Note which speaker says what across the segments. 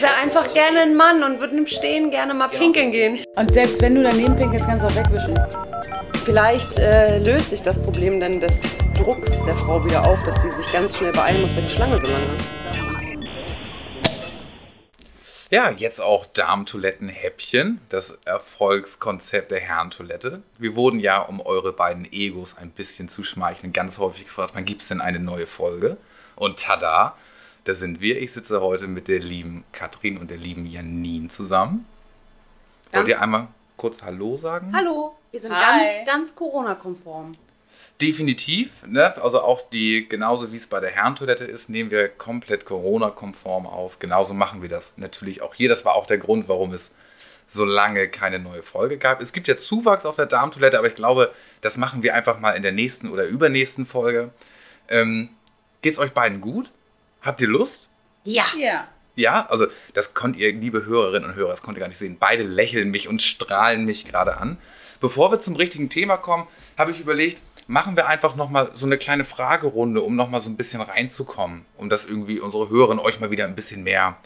Speaker 1: wäre einfach gerne ein Mann und würde im Stehen gerne mal pinkeln gehen.
Speaker 2: Und selbst wenn du daneben pinkelst, kannst du auch wegwischen.
Speaker 1: Vielleicht äh, löst sich das Problem dann des Drucks der Frau wieder auf, dass sie sich ganz schnell beeilen muss, weil die Schlange so lang ist.
Speaker 3: Ja, jetzt auch Darmtoilettenhäppchen, das Erfolgskonzept der Herrentoilette. Wir wurden ja, um eure beiden Egos ein bisschen zu schmeicheln, ganz häufig gefragt, wann gibt es denn eine neue Folge? Und tada, da sind wir. Ich sitze heute mit der lieben Katrin und der lieben Janine zusammen. Wollt
Speaker 1: Ganz-
Speaker 3: ihr einmal kurz Hallo sagen?
Speaker 1: Hallo, wir sind
Speaker 2: Hi.
Speaker 1: ganz, ganz Corona-konform.
Speaker 3: Definitiv, ne? Also auch die, genauso wie es bei der Herrentoilette ist, nehmen wir komplett Corona-konform auf. Genauso machen wir das natürlich auch hier. Das war auch der Grund, warum es so lange keine neue Folge gab. Es gibt ja Zuwachs auf der Darmtoilette, aber ich glaube, das machen wir einfach mal in der nächsten oder übernächsten Folge. Ähm, geht's euch beiden gut? Habt ihr Lust?
Speaker 1: Ja.
Speaker 2: Ja.
Speaker 3: Ja, also das konnt ihr, liebe Hörerinnen und Hörer, das konnt ihr gar nicht sehen. Beide lächeln mich und strahlen mich gerade an. Bevor wir zum richtigen Thema kommen, habe ich überlegt, machen wir einfach nochmal so eine kleine Fragerunde, um nochmal so ein bisschen reinzukommen, um das irgendwie unsere Hörerinnen euch mal wieder ein bisschen mehr,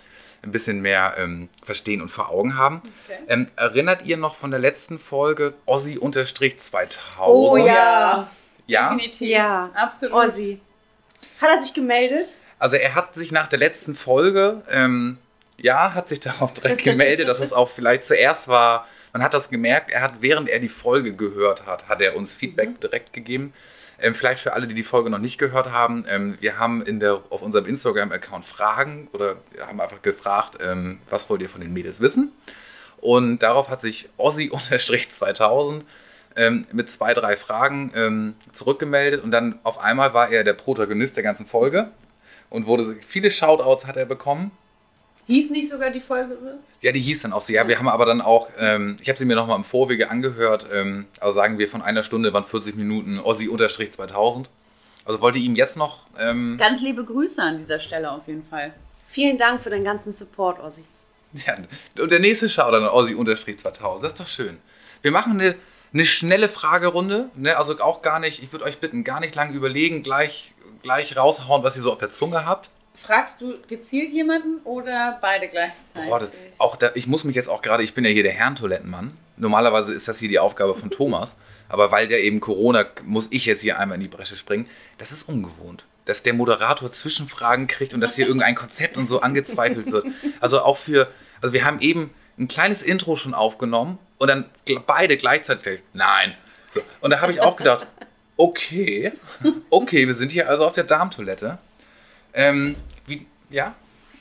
Speaker 3: ein bisschen mehr ähm, verstehen und vor Augen haben.
Speaker 2: Okay.
Speaker 3: Ähm, erinnert ihr noch von der letzten Folge Ossi-2000?
Speaker 1: Oh ja.
Speaker 3: Ja,
Speaker 2: Definitiv.
Speaker 1: Ja.
Speaker 2: Absolut.
Speaker 1: Ossi. Hat er sich gemeldet?
Speaker 3: Also er hat sich nach der letzten Folge, ähm, ja, hat sich darauf direkt gemeldet, dass es auch vielleicht zuerst war. Man hat das gemerkt, er hat, während er die Folge gehört hat, hat er uns Feedback direkt gegeben. Ähm, vielleicht für alle, die die Folge noch nicht gehört haben, ähm, wir haben in der, auf unserem Instagram-Account Fragen oder haben einfach gefragt, ähm, was wollt ihr von den Mädels wissen? Und darauf hat sich Ossi-2000 ähm, mit zwei, drei Fragen ähm, zurückgemeldet und dann auf einmal war er der Protagonist der ganzen Folge und wurde viele Shoutouts hat er bekommen.
Speaker 2: Hieß nicht sogar die Folge so?
Speaker 3: Ja, die hieß dann auch so. Ja, wir haben aber dann auch, ähm, ich habe sie mir nochmal im Vorwege angehört, ähm, also sagen wir von einer Stunde waren 40 Minuten Ossi-2000. Also wollte ihm jetzt noch, ähm,
Speaker 2: Ganz liebe Grüße an dieser Stelle auf jeden Fall.
Speaker 1: Vielen Dank für den ganzen Support, Ossi.
Speaker 3: ja, und der nächste Shoutout an Ossi-2000, das ist doch schön. Wir machen eine, eine schnelle Fragerunde, ne? also auch gar nicht, ich würde euch bitten, gar nicht lange überlegen, gleich, gleich raushauen, was ihr so auf der Zunge habt.
Speaker 2: Fragst du gezielt jemanden oder beide gleichzeitig?
Speaker 3: Boah, das, auch da, ich muss mich jetzt auch gerade, ich bin ja hier der Herrentoilettenmann. Normalerweise ist das hier die Aufgabe von Thomas. Aber weil der eben Corona, muss ich jetzt hier einmal in die Bresche springen. Das ist ungewohnt, dass der Moderator Zwischenfragen kriegt und dass hier irgendein Konzept und so angezweifelt wird. Also auch für, also wir haben eben ein kleines Intro schon aufgenommen und dann gl- beide gleichzeitig, nein. So. Und da habe ich auch gedacht, okay, okay, wir sind hier also auf der Darmtoilette. Ähm, wie, ja?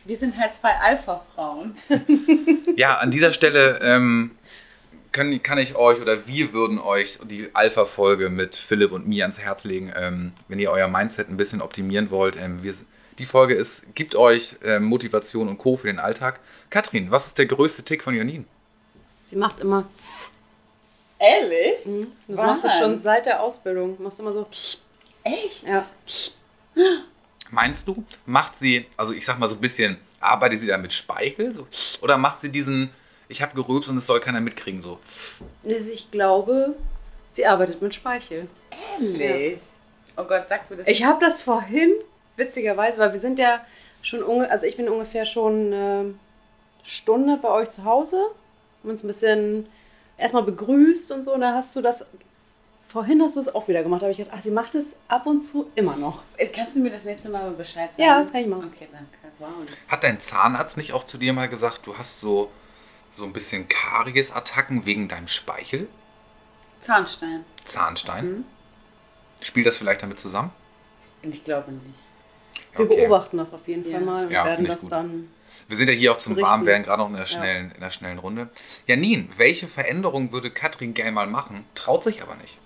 Speaker 2: Wir sind halt zwei Alpha-Frauen.
Speaker 3: Ja, an dieser Stelle ähm, können, kann ich euch oder wir würden euch die Alpha-Folge mit Philipp und mir ans Herz legen, ähm, wenn ihr euer Mindset ein bisschen optimieren wollt. Ähm, wir, die Folge ist, gibt euch ähm, Motivation und Co. für den Alltag. Katrin, was ist der größte Tick von Janine?
Speaker 1: Sie macht immer.
Speaker 2: Ehrlich?
Speaker 1: Das
Speaker 2: Wann?
Speaker 1: machst du schon seit der Ausbildung. Machst du immer so.
Speaker 2: Echt?
Speaker 1: Ja.
Speaker 3: Meinst du, macht sie, also ich sag mal so ein bisschen, arbeitet sie da mit Speichel? So, oder macht sie diesen, ich habe gerülpst und es soll keiner mitkriegen, so?
Speaker 1: Also Ich glaube, sie arbeitet mit Speichel.
Speaker 2: Ehrlich? Oh Gott, sag du das.
Speaker 1: Ich habe das vorhin, witzigerweise, weil wir sind ja schon, unge also ich bin ungefähr schon eine Stunde bei euch zu Hause, haben uns ein bisschen erstmal begrüßt und so. Und da hast du das, vorhin hast du es auch wieder gemacht. Da habe ich gedacht, ach, sie macht es ab und zu immer noch.
Speaker 2: Äh, Kannst du mir das nächste Mal mal Bescheid sagen?
Speaker 1: Ja, das kann ich machen.
Speaker 2: Okay, danke. Wow. Das
Speaker 3: Hat dein Zahnarzt nicht auch zu dir mal gesagt, du hast so, so ein bisschen Karies-Attacken wegen deinem Speichel?
Speaker 2: Zahnstein.
Speaker 3: Zahnstein?
Speaker 2: Mhm.
Speaker 3: Spielt das vielleicht damit zusammen?
Speaker 2: Ich glaube nicht.
Speaker 1: Wir
Speaker 3: Okay.
Speaker 1: beobachten das auf jeden
Speaker 2: Ja.
Speaker 1: Fall mal und
Speaker 3: Ja,
Speaker 1: werden
Speaker 3: finde ich
Speaker 1: das
Speaker 3: gut.
Speaker 1: dann.
Speaker 3: Wir sind ja hier auch zum
Speaker 1: Berichten.
Speaker 3: Warmwerden, gerade noch in der, schnellen, in der schnellen Runde. Janine, welche Veränderung würde Katrin gerne mal machen, traut sich aber nicht?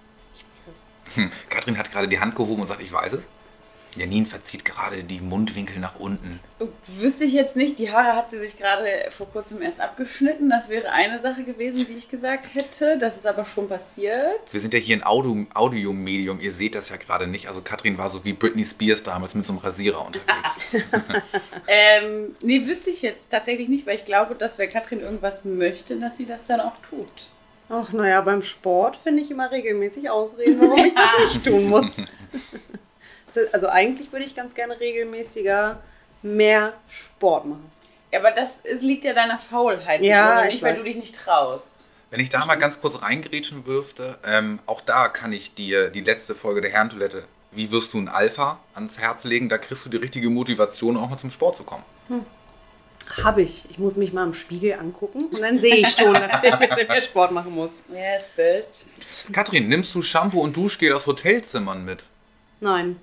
Speaker 3: Hm, Katrin hat gerade die Hand gehoben und sagt, ich weiß es. Janine verzieht gerade die Mundwinkel nach unten.
Speaker 2: Wüsste ich jetzt nicht, die Haare hat sie sich gerade vor kurzem erst abgeschnitten. Das wäre eine Sache gewesen, die ich gesagt hätte. Das ist aber schon passiert.
Speaker 3: Wir sind ja hier ein Audio- Audiomedium, ihr seht das ja gerade nicht. Also Katrin war so wie Britney Spears damals mit so einem Rasierer unterwegs.
Speaker 2: Ähm, nee, wüsste ich jetzt tatsächlich nicht, weil ich glaube, dass wenn Katrin irgendwas möchte, dass sie das dann auch tut.
Speaker 1: Ach, naja, beim Sport finde ich immer regelmäßig Ausreden, warum ich das nicht tun muss. Also eigentlich würde ich ganz gerne regelmäßiger mehr Sport machen.
Speaker 2: Ja, aber das ist, liegt ja deiner Faulheit.
Speaker 1: Ja,
Speaker 2: oder
Speaker 1: ich
Speaker 2: nicht, weil
Speaker 1: weiß.
Speaker 2: du dich nicht traust.
Speaker 3: Wenn ich da mal ganz kurz reingrätschen dürfte, ähm, auch da kann ich dir die letzte Folge der Herrentoilette, wie wirst du ein Alpha, ans Herz legen. Da kriegst du die richtige Motivation, auch mal zum Sport zu kommen.
Speaker 1: Habe ich. Ich muss mich mal im Spiegel angucken und dann sehe ich schon, dass ich ein bisschen mehr Sport machen muss.
Speaker 2: Yes, bitch.
Speaker 3: Katrin, nimmst du Shampoo und Duschgel aus Hotelzimmern mit?
Speaker 1: Nein.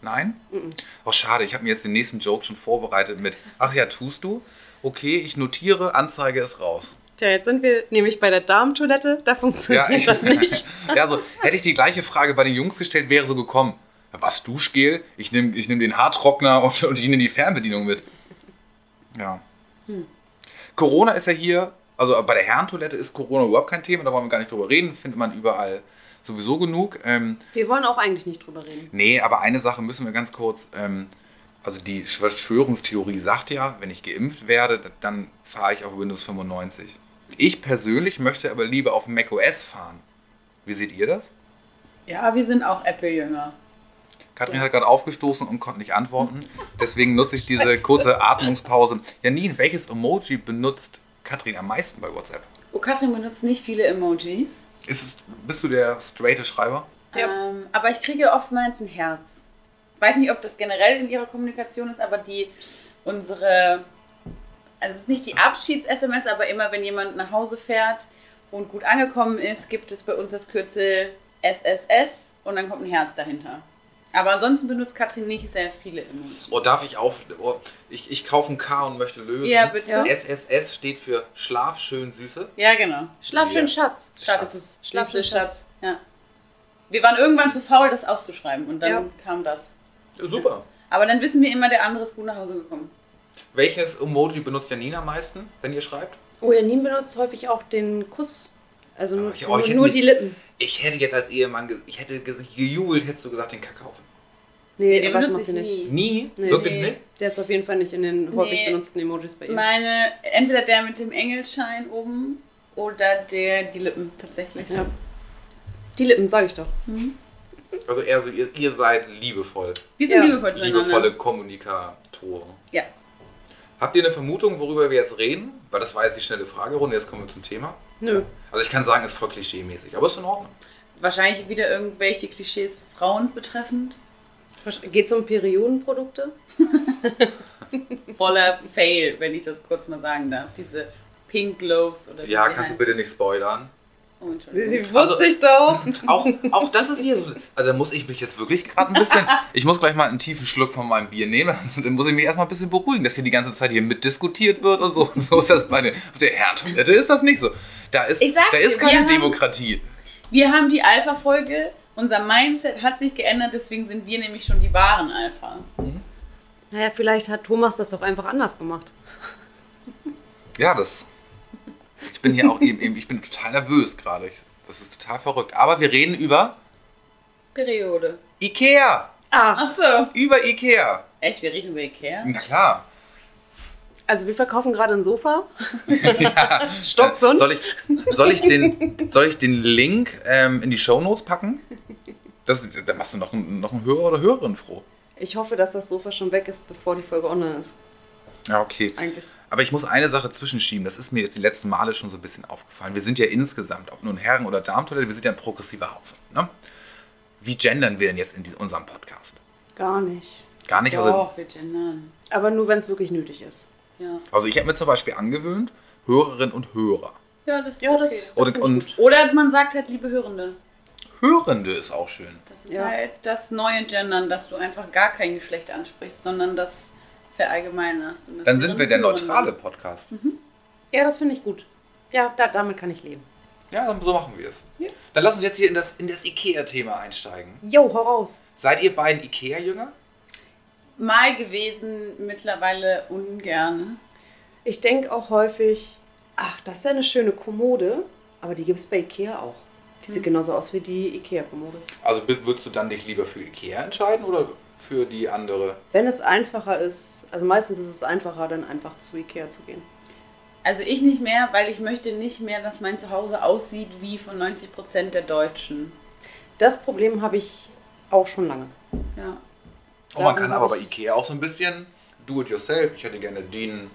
Speaker 3: Nein?
Speaker 1: Mhm.
Speaker 3: Oh, schade, ich habe mir jetzt den nächsten Joke schon vorbereitet mit, ach ja, tust du? Okay, ich notiere, Anzeige ist raus.
Speaker 1: Tja, jetzt sind wir nämlich bei der Darmtoilette. Da funktioniert
Speaker 3: ich-
Speaker 1: das nicht.
Speaker 3: Ja, also hätte ich die gleiche Frage bei den Jungs gestellt, wäre so gekommen. Ja, Was, Duschgel? Ich nehme ich nehm den Haartrockner und, und ich nehme die Fernbedienung mit. Ja.
Speaker 1: Hm.
Speaker 3: Corona ist ja hier, also bei der Herrentoilette ist Corona überhaupt kein Thema, da wollen wir gar nicht drüber reden, findet man überall sowieso genug. Ähm,
Speaker 1: Wir wollen auch eigentlich nicht drüber reden.
Speaker 3: Nee, aber eine Sache müssen wir ganz kurz. Ähm, also die Verschwörungstheorie sagt ja, wenn ich geimpft werde, dann fahre ich auf Windows 95. Ich persönlich möchte aber lieber auf macOS fahren. Wie seht ihr das?
Speaker 2: Ja, wir sind auch Apple-Jünger.
Speaker 3: Katrin hat gerade aufgestoßen und konnte nicht antworten. Deswegen nutze ich diese kurze Atmungspause. Janine, welches Emoji benutzt Katrin am meisten bei WhatsApp?
Speaker 2: Oh, Katrin benutzt nicht viele Emojis.
Speaker 3: Ist es, bist du der straighte Schreiber?
Speaker 1: Ja.
Speaker 2: Ähm, aber ich kriege oftmals ein Herz. Weiß nicht, ob das generell in ihrer Kommunikation ist, aber die unsere, also es ist nicht die Abschieds-SMS, aber immer wenn jemand nach Hause fährt und gut angekommen ist, gibt es bei uns das Kürzel SSS und dann kommt ein Herz dahinter. Aber ansonsten benutzt Katrin nicht sehr viele Emojis.
Speaker 3: Oh, darf ich auf? Oh, ich, ich kaufe ein K und möchte lösen.
Speaker 2: Ja, bitte.
Speaker 1: Ja.
Speaker 3: SSS steht für Schlaf schön süße.
Speaker 2: Ja, genau.
Speaker 1: Schlaf schön,
Speaker 3: Ja.
Speaker 1: Schatz.
Speaker 3: Schatz.
Speaker 2: Schatz. ist es.
Speaker 1: Schlaf schön,
Speaker 2: Liebste
Speaker 1: Schatz.
Speaker 2: Ja. Wir waren irgendwann zu faul, das auszuschreiben und dann
Speaker 1: Ja.
Speaker 2: kam das.
Speaker 3: Super.
Speaker 2: Aber dann wissen wir immer, der andere ist gut nach Hause gekommen.
Speaker 3: Welches Emoji benutzt Janina am meisten, wenn ihr schreibt?
Speaker 1: Oh, Janine benutzt häufig auch den Kuss. Also
Speaker 3: Aber
Speaker 1: nur,
Speaker 3: ich- oh, ich hätte
Speaker 1: nur
Speaker 3: nicht-
Speaker 1: die Lippen.
Speaker 3: Ich hätte jetzt als Ehemann, ge- ich hätte ge- gejubelt, hättest du gesagt, den Kakao.
Speaker 1: Nee,
Speaker 2: Den
Speaker 1: was
Speaker 2: benutze
Speaker 1: macht
Speaker 2: ich
Speaker 1: sie nicht?
Speaker 2: nie.
Speaker 3: Nie?
Speaker 1: Nee.
Speaker 3: Wirklich
Speaker 2: Nee.
Speaker 3: nicht?
Speaker 1: Der ist auf jeden Fall nicht in den häufig
Speaker 2: Nee.
Speaker 1: benutzten Emojis bei ihr.
Speaker 2: Meine, entweder der mit dem Engelschein oben oder der, die Lippen tatsächlich. Mhm.
Speaker 1: Ja. Die Lippen, sage ich doch.
Speaker 3: Also eher so, ihr, ihr seid liebevoll.
Speaker 2: Wir sind
Speaker 1: Ja.
Speaker 2: liebevoll zueinander.
Speaker 3: Liebevolle Kommunikatoren.
Speaker 2: Ja.
Speaker 3: Habt ihr eine Vermutung, worüber wir jetzt reden? Weil das war jetzt die schnelle Fragerunde, jetzt kommen wir zum Thema.
Speaker 1: Nö.
Speaker 3: Also ich kann sagen, ist voll klischee-mäßig, aber ist in Ordnung.
Speaker 2: Wahrscheinlich wieder irgendwelche Klischees Frauen betreffend.
Speaker 1: Geht es um Periodenprodukte?
Speaker 2: Voller Fail, wenn ich das kurz mal sagen darf. Diese Pink Gloves oder wie
Speaker 3: Ja,
Speaker 2: sie
Speaker 3: kannst du
Speaker 2: heißen.
Speaker 3: bitte nicht spoilern.
Speaker 2: Oh, Entschuldigung.
Speaker 3: Also-
Speaker 1: ich doch.
Speaker 3: Auch, auch das ist hier so. Also da muss ich mich jetzt wirklich gerade ein bisschen. Ich muss gleich mal einen tiefen Schluck von meinem Bier nehmen. Dann muss ich mich erstmal ein bisschen beruhigen, dass hier die ganze Zeit hier mitdiskutiert wird und so. Und so ist das bei der, auf der Herrentoilette ist das nicht so. Da ist,
Speaker 2: Ich sag
Speaker 3: da ist
Speaker 2: dir, wir
Speaker 3: keine
Speaker 2: haben-
Speaker 3: Demokratie.
Speaker 2: Wir haben die Alpha-Folge. Unser Mindset hat sich geändert, deswegen sind wir nämlich schon die wahren Alphas.
Speaker 1: Naja, vielleicht hat Thomas das doch einfach anders gemacht.
Speaker 3: Ja, das. Ich bin hier auch eben, eben ich bin total nervös gerade. Ich- Das ist total verrückt. Aber wir reden über
Speaker 2: Periode.
Speaker 3: Ikea.
Speaker 1: Ah,
Speaker 2: Ach so.
Speaker 3: Über Ikea.
Speaker 2: Echt, wir reden über Ikea?
Speaker 3: Na klar.
Speaker 1: also wir verkaufen gerade ein Sofa. Stocksund.
Speaker 3: Soll ich, soll ich, den, soll ich den Link ähm, in die Shownotes packen? Das, dann machst du noch einen, noch einen Hörer oder Hörerin froh.
Speaker 1: Ich hoffe, dass das Sofa schon weg ist, bevor die Folge online ist.
Speaker 3: Ja, okay.
Speaker 1: Eigentlich.
Speaker 3: Aber ich muss eine Sache zwischenschieben. Das ist mir jetzt die letzten Male schon so ein bisschen aufgefallen. Wir sind ja insgesamt, ob nun Herren- oder Damentoilette, wir sind ja ein progressiver Haufen. Ne? Wie gendern wir denn jetzt in die, unserem Podcast?
Speaker 1: Gar nicht.
Speaker 3: Gar nicht. Also,
Speaker 2: Doch, wir gendern.
Speaker 1: Aber nur, wenn es wirklich nötig ist.
Speaker 2: Ja.
Speaker 3: also ich habe mir zum Beispiel angewöhnt, Hörerin und Hörer.
Speaker 2: ja, das ist
Speaker 1: Ja, das-
Speaker 2: okay.
Speaker 3: Und,
Speaker 1: finde ich
Speaker 3: und
Speaker 1: gut.
Speaker 2: Oder man sagt halt, liebe Hörende.
Speaker 3: Hörende ist auch schön.
Speaker 2: Das ist
Speaker 1: Ja.
Speaker 2: halt das neue Gendern, dass du einfach gar kein Geschlecht ansprichst, sondern das verallgemeinerst. Und das
Speaker 3: Dann sind
Speaker 2: Hörende
Speaker 3: wir der
Speaker 2: Hörende.
Speaker 3: neutrale Podcast.
Speaker 1: Ja, das finde ich gut. Ja, da, damit kann ich leben.
Speaker 3: Ja, dann so machen wir es.
Speaker 1: Ja.
Speaker 3: Dann lass uns jetzt hier in das, in das IKEA-Thema einsteigen.
Speaker 1: Jo, hau raus.
Speaker 3: Seid ihr beiden IKEA-Jünger?
Speaker 2: Mal gewesen, mittlerweile ungern.
Speaker 1: Ich denke auch häufig, ach, das ist ja eine schöne Kommode, aber die gibt es bei Ikea auch. Die sieht genauso aus wie die Ikea-Kommode.
Speaker 3: Also bi- würdest du dann dich lieber für IKEA entscheiden oder für die andere?
Speaker 1: Wenn es einfacher ist, also meistens ist es einfacher, dann einfach zu Ikea zu gehen.
Speaker 2: Also ich nicht mehr, weil ich möchte nicht mehr, dass mein Zuhause aussieht wie von 90% der Deutschen.
Speaker 1: Das Problem habe ich auch schon lange.
Speaker 2: Ja.
Speaker 3: Oh, man
Speaker 1: Darum
Speaker 3: kann
Speaker 1: hab
Speaker 3: aber bei
Speaker 1: ich-
Speaker 3: IKEA auch so ein bisschen do it yourself. Ich hätte gerne den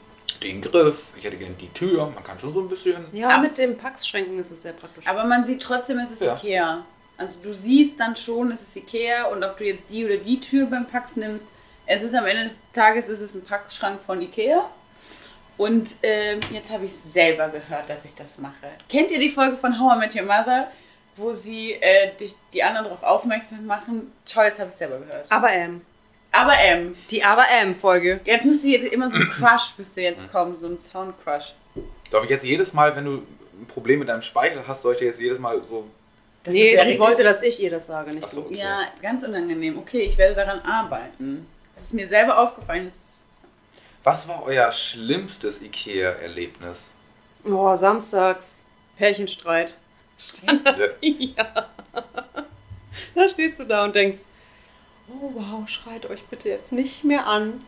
Speaker 3: den Griff, ich hätte gerne die Tür, man kann schon so ein bisschen.
Speaker 1: Ja,
Speaker 2: Aber-
Speaker 1: mit dem Packschränken ist es sehr praktisch.
Speaker 2: Aber man sieht trotzdem, es ist
Speaker 3: Ja.
Speaker 2: Ikea. Also du siehst dann schon, es ist Ikea und ob du jetzt die oder die Tür beim Pax nimmst, es ist am Ende des Tages ist es ein Packschrank von Ikea. Und ähm, jetzt habe ich selber gehört, dass ich das mache. Kennt ihr die Folge von How I Met Your Mother, wo sie äh, dich, die anderen darauf aufmerksam machen? Toll, jetzt habe ich selber gehört.
Speaker 1: aber M.
Speaker 2: Aber ähm,
Speaker 1: Die Aber M-Folge.
Speaker 2: jetzt müsste hier immer so ein Crush müsste jetzt kommen, so ein Sound Crush.
Speaker 3: Darf ich jetzt jedes Mal, wenn du ein Problem mit deinem Speichel hast, soll ich dir jetzt jedes Mal so.
Speaker 2: Das ist
Speaker 1: Nee,
Speaker 2: ja
Speaker 1: sie
Speaker 2: richtig-
Speaker 1: wollte, dass ich ihr das sage, nicht
Speaker 3: Ach so,
Speaker 1: du.
Speaker 3: okay.
Speaker 2: Ja, ganz unangenehm. Okay, ich werde daran arbeiten. Das ist mir selber aufgefallen. Das ist
Speaker 3: Was war euer schlimmstes IKEA-Erlebnis?
Speaker 1: Oh, samstags. Pärchenstreit.
Speaker 2: echt.
Speaker 3: Ja,
Speaker 1: ja. Da stehst du da und denkst, oh wow, schreit euch bitte jetzt nicht mehr an.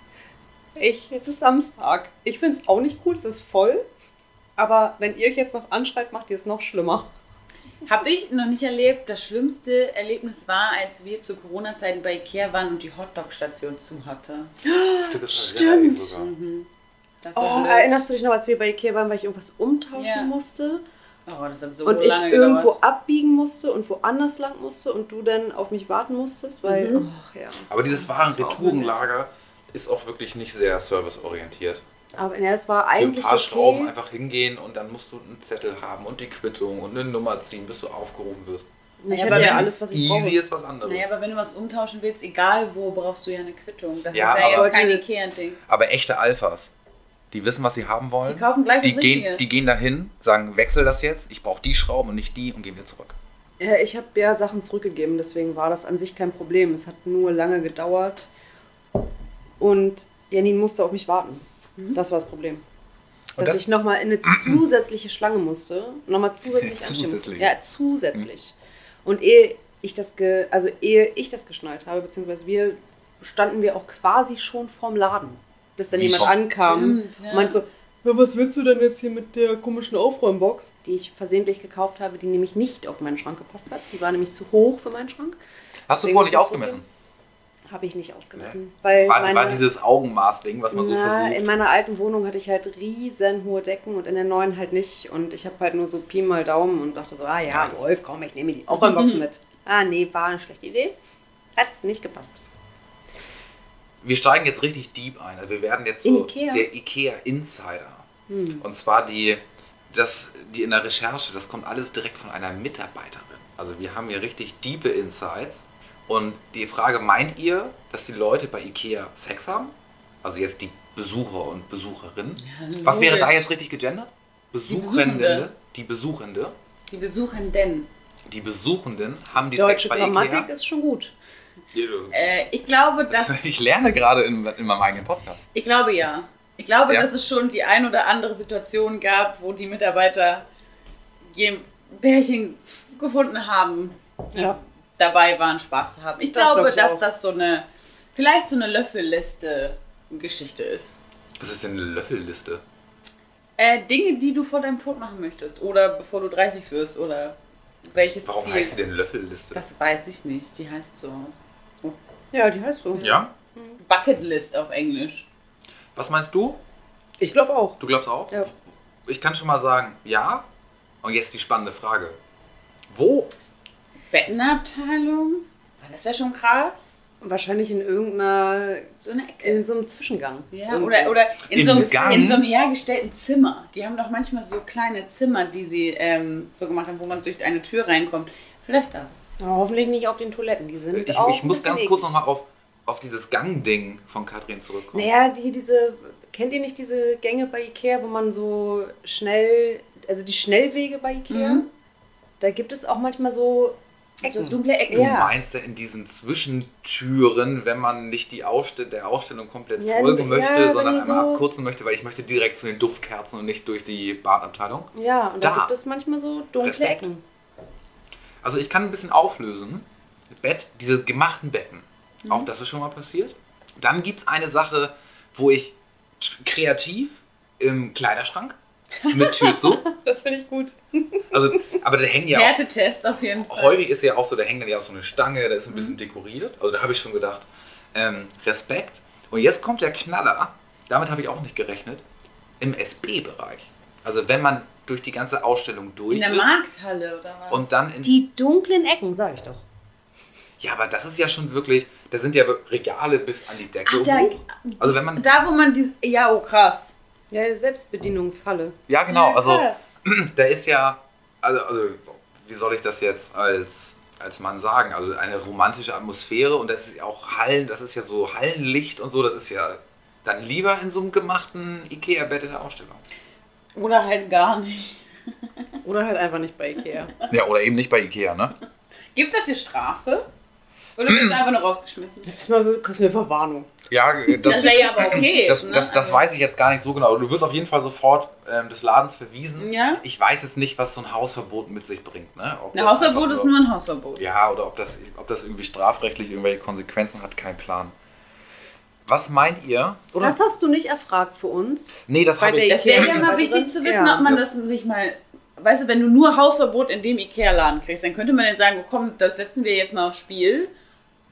Speaker 1: Ich, es ist Samstag. Ich finde es auch nicht cool, es ist voll. Aber wenn ihr euch jetzt noch anschreit, macht ihr es noch schlimmer.
Speaker 2: Habe ich noch nicht erlebt. Das schlimmste Erlebnis war, als wir zu Corona-Zeiten bei Ikea waren und die Hotdog-Station zu hatte.
Speaker 3: stimmt. Das war
Speaker 1: Stimmt.
Speaker 3: relativ sogar.
Speaker 2: Mhm. Das
Speaker 1: Oh,
Speaker 2: blöd.
Speaker 1: erinnerst du dich noch, als wir bei Ikea waren, weil ich irgendwas umtauschen
Speaker 2: Ja.
Speaker 1: musste
Speaker 2: Oh, das hat so
Speaker 1: und
Speaker 2: lange
Speaker 1: ich irgendwo
Speaker 2: gedauert.
Speaker 1: abbiegen musste und woanders lang musste und du dann auf mich warten musstest, weil,
Speaker 2: Mhm.
Speaker 1: ach ja.
Speaker 3: Aber dieses
Speaker 2: Das war auch
Speaker 3: Waren-Retourenlager ist auch wirklich nicht sehr serviceorientiert.
Speaker 1: Aber ja, es war
Speaker 3: Für ein
Speaker 1: eigentlich
Speaker 3: paar Schrauben
Speaker 1: okay.
Speaker 3: einfach hingehen und dann musst du einen Zettel haben und die Quittung und eine Nummer ziehen, bis du aufgerufen wirst.
Speaker 1: Ich
Speaker 2: Naja,
Speaker 1: hatte
Speaker 2: aber
Speaker 1: ja
Speaker 2: wenn-
Speaker 1: alles, was ich
Speaker 3: Easy
Speaker 1: brauche.
Speaker 3: ist was anderes.
Speaker 2: Naja, aber wenn du was umtauschen willst, egal wo, brauchst du ja eine Quittung. Das
Speaker 3: Ja,
Speaker 2: ist ja
Speaker 3: aber-
Speaker 2: jetzt kein Ikea-Ding.
Speaker 3: Aber echte Alphas, die wissen, was sie haben wollen.
Speaker 2: Die kaufen gleich
Speaker 3: Die
Speaker 2: das Richtige.
Speaker 3: gehen, die gehen dahin, sagen, wechsel das jetzt, ich brauche die Schrauben und nicht die und gehen wieder zurück.
Speaker 1: Ja, ich habe ja Sachen zurückgegeben, deswegen war das an sich kein Problem. Es hat nur lange gedauert und Janine musste auf mich warten.
Speaker 2: Mhm.
Speaker 1: Das war das Problem.
Speaker 3: Und
Speaker 1: Dass
Speaker 3: das-
Speaker 1: ich nochmal in eine zusätzliche Schlange musste. Nochmal Mhm. zusätzlich Mhm. anstehen musste.
Speaker 3: Zusätzlich.
Speaker 1: Ja, zusätzlich. Und ehe ich das ge also ehe ich das geschnallt habe, beziehungsweise wir standen wir auch quasi schon vorm Laden, bis dann
Speaker 3: Wie
Speaker 1: jemand
Speaker 3: vor-
Speaker 1: ankam.
Speaker 2: Stimmt, ja.
Speaker 1: Und Meinst du, ja, was willst du denn jetzt hier mit der komischen Aufräumbox? Die ich versehentlich gekauft habe, die nämlich nicht auf meinen Schrank gepasst hat. Die war nämlich zu hoch für meinen Schrank.
Speaker 3: Hast du
Speaker 1: Deswegen
Speaker 3: vorher nicht
Speaker 1: muss ich
Speaker 3: ausgemessen?
Speaker 1: Habe ich nicht ausgemessen. Weil
Speaker 3: War,
Speaker 1: meine,
Speaker 3: war dieses Augenmaß-Ding, was man so
Speaker 1: na, in
Speaker 3: versucht?
Speaker 1: meiner alten Wohnung hatte ich halt riesen hohe Decken und in der neuen halt nicht. Und ich habe halt nur so Pi mal Daumen und dachte so, ah ja,
Speaker 3: Nice.
Speaker 1: Wolf, komm, ich nehme mir die Aufräumbox
Speaker 2: Mhm.
Speaker 1: mit. Ah nee, war eine schlechte Idee. Hat nicht gepasst.
Speaker 3: Wir steigen jetzt richtig deep ein. Also wir werden jetzt
Speaker 1: In
Speaker 3: so
Speaker 1: Ikea?
Speaker 3: der IKEA-Insider.
Speaker 1: Hm.
Speaker 3: Und zwar die, das, die in der Recherche, das kommt alles direkt von einer Mitarbeiterin. Also wir haben hier richtig diepe Insights. Und die Frage, meint ihr, dass die Leute bei Ikea Sex haben? Also jetzt die Besucher und Besucherinnen.
Speaker 2: Ja,
Speaker 3: Was wäre da
Speaker 2: logisch.
Speaker 3: jetzt richtig gegendert? Besuchende,
Speaker 2: Besuchende.
Speaker 3: die Besuchende,
Speaker 2: Die Besuchenden.
Speaker 3: die Besuchenden haben die Sex
Speaker 1: Deutsche
Speaker 3: bei
Speaker 1: Grammatik
Speaker 3: Ikea.
Speaker 1: ist schon gut.
Speaker 2: Äh, ich glaube, dass
Speaker 3: ich lerne gerade in, in meinem eigenen Podcast.
Speaker 2: Ich glaube ja. Ich glaube,
Speaker 3: Ja.
Speaker 2: dass es schon die ein oder andere Situation gab, wo die Mitarbeiter je Pärchen gefunden haben, die
Speaker 1: Ja.
Speaker 2: dabei waren, Spaß zu haben. Ich
Speaker 1: Das
Speaker 2: glaube,
Speaker 1: glaub ich
Speaker 2: dass
Speaker 1: auch.
Speaker 2: das so eine, vielleicht so eine Löffelliste-Geschichte ist.
Speaker 3: Was ist denn eine Löffelliste?
Speaker 2: Äh, Dinge, die du vor deinem Tod machen möchtest oder bevor du 30 wirst oder welches
Speaker 3: Warum
Speaker 2: Ziel.
Speaker 3: heißt sie denn Löffelliste?
Speaker 2: Das weiß ich nicht. Die heißt so
Speaker 1: Ja, die heißt so.
Speaker 3: ja?
Speaker 2: Bucketlist auf Englisch.
Speaker 3: Was meinst du?
Speaker 1: Ich glaube auch.
Speaker 3: Du glaubst auch?
Speaker 1: Ja.
Speaker 3: Ich kann schon mal sagen, ja. Und jetzt die spannende Frage. Wo?
Speaker 2: Bettenabteilung? Das wäre schon krass.
Speaker 1: Wahrscheinlich in irgendeiner
Speaker 2: So eine Ecke.
Speaker 1: In so einem Zwischengang.
Speaker 2: Ja,
Speaker 1: Irgendwo.
Speaker 2: oder, oder in,
Speaker 3: Im
Speaker 2: so einem,
Speaker 3: äh, Gang?
Speaker 2: in so einem hergestellten Zimmer. Die haben doch manchmal so kleine Zimmer, die sie ähm, so gemacht haben, wo man durch eine Tür reinkommt. Vielleicht das.
Speaker 1: Aber hoffentlich nicht auf den Toiletten. Die sind
Speaker 3: Ich,
Speaker 1: auch
Speaker 3: ich
Speaker 1: ein
Speaker 3: muss
Speaker 1: bisschen
Speaker 3: ganz kurz
Speaker 1: eklig.
Speaker 3: nochmal auf, auf dieses Gang-Ding von Katrin zurückkommen.
Speaker 1: Naja, die, diese. Kennt ihr nicht diese Gänge bei Ikea, wo man so schnell. Also die Schnellwege bei Ikea?
Speaker 2: Mhm.
Speaker 1: Da gibt es auch manchmal so.
Speaker 2: So
Speaker 1: Ecken.
Speaker 2: dunkle Ecken.
Speaker 3: Du
Speaker 1: ja.
Speaker 3: meinst ja in diesen Zwischentüren, wenn man nicht die Ausste der Ausstellung komplett
Speaker 1: Ja,
Speaker 3: folgen
Speaker 1: ja,
Speaker 3: möchte,
Speaker 1: wenn
Speaker 3: sondern
Speaker 1: die so-
Speaker 3: einmal abkürzen möchte, weil ich möchte direkt zu den Duftkerzen und nicht durch die Badabteilung.
Speaker 1: Ja, und da,
Speaker 3: Da.
Speaker 1: gibt es manchmal so dunkle
Speaker 3: Respekt.
Speaker 1: Ecken.
Speaker 3: Also ich kann ein bisschen auflösen. Bett, diese gemachten Betten.
Speaker 2: Mhm.
Speaker 3: Auch das ist schon mal passiert. Dann gibt es eine Sache, wo ich t- kreativ im Kleiderschrank mit Tür zu.
Speaker 1: Das finde ich gut.
Speaker 3: Also, aber da hängen ja auch,
Speaker 2: Wertetest auf jeden Fall.
Speaker 3: häufig ist ja auch so, da hängt dann ja auch so eine Stange, da ist ein
Speaker 2: Mhm.
Speaker 3: bisschen dekoriert. Also da habe ich schon gedacht, ähm, Respekt. Und jetzt kommt der Knaller. Damit habe ich auch nicht gerechnet. im SB-Bereich. Also wenn man durch die ganze Ausstellung durch
Speaker 2: In der
Speaker 3: ist
Speaker 2: Markthalle oder was?
Speaker 3: und dann in
Speaker 1: Die dunklen Ecken, sag ich doch.
Speaker 3: Ja, aber das ist ja schon wirklich, da sind ja Regale bis an die Decke
Speaker 2: Ach, Ah, da-
Speaker 3: hoch. Also wenn man
Speaker 2: da, wo man die. Ja, oh krass.
Speaker 1: Ja, Selbstbedienungshalle.
Speaker 3: ja genau,
Speaker 2: ja,
Speaker 3: also
Speaker 2: krass.
Speaker 3: da ist ja also, also wie soll ich das jetzt als als Mann sagen, also eine romantische Atmosphäre und das ist ja auch Hallen, das ist ja so Hallenlicht und so, das ist ja dann lieber in so einem gemachten Ikea Bett in der Ausstellung.
Speaker 2: Oder halt gar nicht.
Speaker 1: Oder halt einfach nicht bei Ikea.
Speaker 3: Ja, oder eben nicht bei Ikea, ne?
Speaker 2: Gibt es dafür Strafe? Oder wird es einfach nur rausgeschmissen?
Speaker 1: Erstmal wird- kriegst du eine Verwarnung.
Speaker 3: Ja,
Speaker 2: Das,
Speaker 3: das
Speaker 2: wäre ja aber okay.
Speaker 3: das,
Speaker 2: ne?
Speaker 3: das, das
Speaker 2: Also-
Speaker 3: weiß ich jetzt gar nicht so genau. Du wirst auf jeden Fall sofort ähm, des Ladens verwiesen.
Speaker 2: Ja?
Speaker 3: Ich weiß jetzt nicht, was so ein Hausverbot mit sich bringt. Ne? Ob
Speaker 2: Ein
Speaker 3: das
Speaker 2: Hausverbot
Speaker 3: einfach
Speaker 2: ist nur ein Hausverbot.
Speaker 3: Ja, oder ob das, ob das irgendwie strafrechtlich irgendwelche Konsequenzen hat, kein Plan. Was meint ihr? Oder?
Speaker 1: Das hast du nicht erfragt für uns.
Speaker 3: nee, das
Speaker 1: bei
Speaker 3: habe ich.
Speaker 1: der-
Speaker 2: Das wäre
Speaker 1: Ja,
Speaker 2: ja mal
Speaker 1: weitere?
Speaker 2: wichtig zu wissen,
Speaker 1: Ja.
Speaker 2: ob man das,
Speaker 3: Das-
Speaker 2: sich mal. Weißt du, wenn du nur Hausverbot in dem Ikea-Laden kriegst, dann könnte man dann sagen, oh, komm, das setzen wir jetzt mal aufs Spiel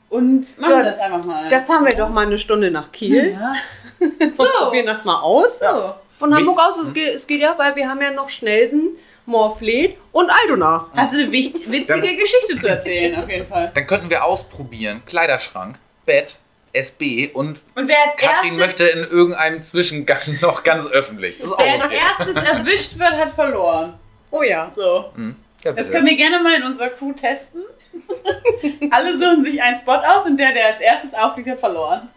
Speaker 2: und machen
Speaker 1: Ja,
Speaker 2: das einfach mal.
Speaker 1: Da fahren wir doch mal eine Stunde nach Kiel
Speaker 2: ja.
Speaker 1: und probieren das mal aus.
Speaker 2: So.
Speaker 1: Von
Speaker 3: Mich-
Speaker 1: Hamburg aus, es geht, es geht ja, weil wir haben ja noch Schnelsen, Morfleet und Aldona.
Speaker 2: Hast du eine wicht- witzige Geschichte zu erzählen, auf jeden Fall.
Speaker 3: Dann könnten wir ausprobieren: Kleiderschrank, Bett, SB und
Speaker 2: Und wer als
Speaker 3: Katrin
Speaker 2: erstes,
Speaker 3: möchte in irgendeinem Zwischengang noch ganz öffentlich. Das ist auch
Speaker 2: wer als
Speaker 3: okay.
Speaker 2: erstes erwischt wird, hat verloren.
Speaker 1: Oh ja.
Speaker 2: So.
Speaker 3: Hm. Ja,
Speaker 2: Das
Speaker 3: bitte.
Speaker 2: können wir gerne mal in unserer Crew testen. Alle suchen sich einen Spot aus und der, der als erstes aufliegt, hat verloren.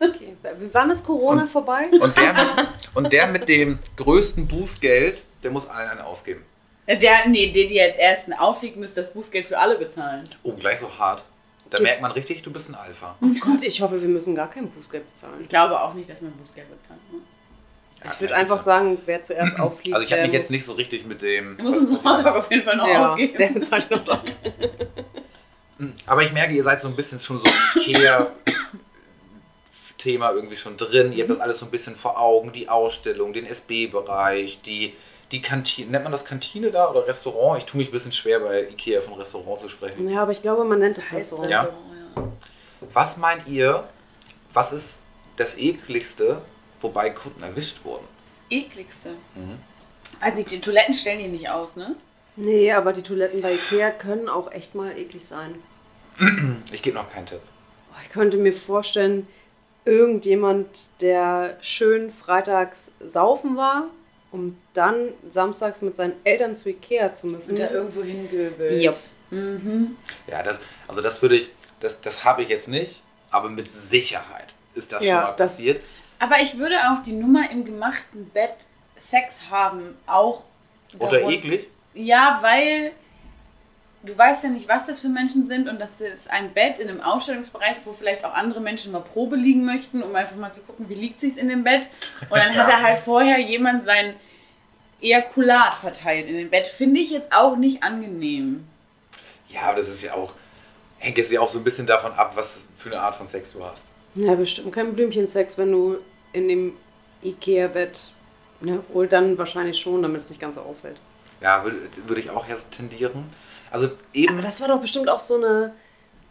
Speaker 1: Okay. W- Wann ist Corona
Speaker 3: Und-
Speaker 1: vorbei?
Speaker 3: Und der, mit, und der mit dem größten Bußgeld, der muss allen einen ausgeben.
Speaker 2: Äh, Der, nee, der, der als ersten aufliegt, müsste das Bußgeld für alle bezahlen.
Speaker 3: Oh, gleich so hart. Da
Speaker 1: Ge-
Speaker 3: merkt man richtig, du bist ein Alpha.
Speaker 2: Mhm.
Speaker 1: Oh Gott, ich hoffe, wir müssen gar kein Bußgeld bezahlen.
Speaker 2: Ich glaube auch nicht, dass man Bußgeld bezahlt. ne?
Speaker 3: Ja,
Speaker 1: ich würde einfach sagen, wer zuerst auffliegt.
Speaker 3: Also ich habe
Speaker 1: der
Speaker 3: mich jetzt
Speaker 1: muss-
Speaker 3: nicht so richtig mit dem.
Speaker 2: Da muss
Speaker 3: was
Speaker 2: uns ein
Speaker 3: passiert.
Speaker 2: Hotdog auf jeden Fall noch
Speaker 1: ja,
Speaker 2: ausgeben.
Speaker 1: Der bezahlt noch doch.
Speaker 3: Aber ich merke, ihr seid so ein bisschen schon so im Ikea-Thema irgendwie schon drin. Ihr habt
Speaker 1: Mhm.
Speaker 3: das alles so ein bisschen vor Augen. Die Ausstellung, den SB-Bereich, die, die Kantine. Nennt man das Kantine da oder Restaurant? Ich tue mich ein bisschen schwer, bei Ikea von Restaurant zu sprechen.
Speaker 1: Ja, aber ich glaube, man nennt das
Speaker 2: heißt
Speaker 1: Restaurant.
Speaker 3: Ja.
Speaker 2: Restaurant, ja.
Speaker 1: Mhm.
Speaker 3: Was meint ihr, was ist das ekligste, wobei Kunden erwischt wurden?
Speaker 2: Ekligste.
Speaker 3: Mhm.
Speaker 2: Weiß nicht, die Toiletten stellen die nicht aus, ne?
Speaker 1: Nee, aber die Toiletten bei Ikea können auch echt mal eklig sein.
Speaker 3: Ich gebe noch keinen Tipp.
Speaker 1: Boah, Ich könnte mir vorstellen, irgendjemand, der schön freitags saufen war, um dann samstags mit seinen Eltern zu Ikea zu müssen.
Speaker 2: Sind da irgendwo hingöbelt.
Speaker 1: Ja.
Speaker 2: Mhm.
Speaker 3: Ja, das, also das würde ich, das, das habe ich jetzt nicht, aber mit Sicherheit ist das
Speaker 1: Ja,
Speaker 3: schon mal
Speaker 1: das-
Speaker 3: passiert.
Speaker 2: Aber ich würde auch die Nummer im gemachten Bett Sex haben auch.
Speaker 3: Oder
Speaker 2: darunter-
Speaker 3: eklig?
Speaker 2: Ja, weil du weißt ja nicht, was das für Menschen sind und das ist ein Bett in einem Ausstellungsbereich, wo vielleicht auch andere Menschen mal Probe liegen möchten, um einfach mal zu gucken, wie liegt sich's in dem Bett. Und dann hat
Speaker 3: Ja.
Speaker 2: er halt vorher jemand sein Ejakulat verteilt in dem Bett. Finde ich jetzt auch nicht angenehm.
Speaker 3: Ja, aber das ist ja auch, hängt jetzt ja auch so ein bisschen davon ab, was für eine Art von Sex du hast.
Speaker 1: Ja, bestimmt kein Blümchensex, wenn du in dem Ikea-Bett. Ne, wohl dann wahrscheinlich schon, damit es nicht ganz so auffällt.
Speaker 3: Ja, würde würde ich auch ja so tendieren. Also eben,
Speaker 1: Aber das war doch bestimmt auch so eine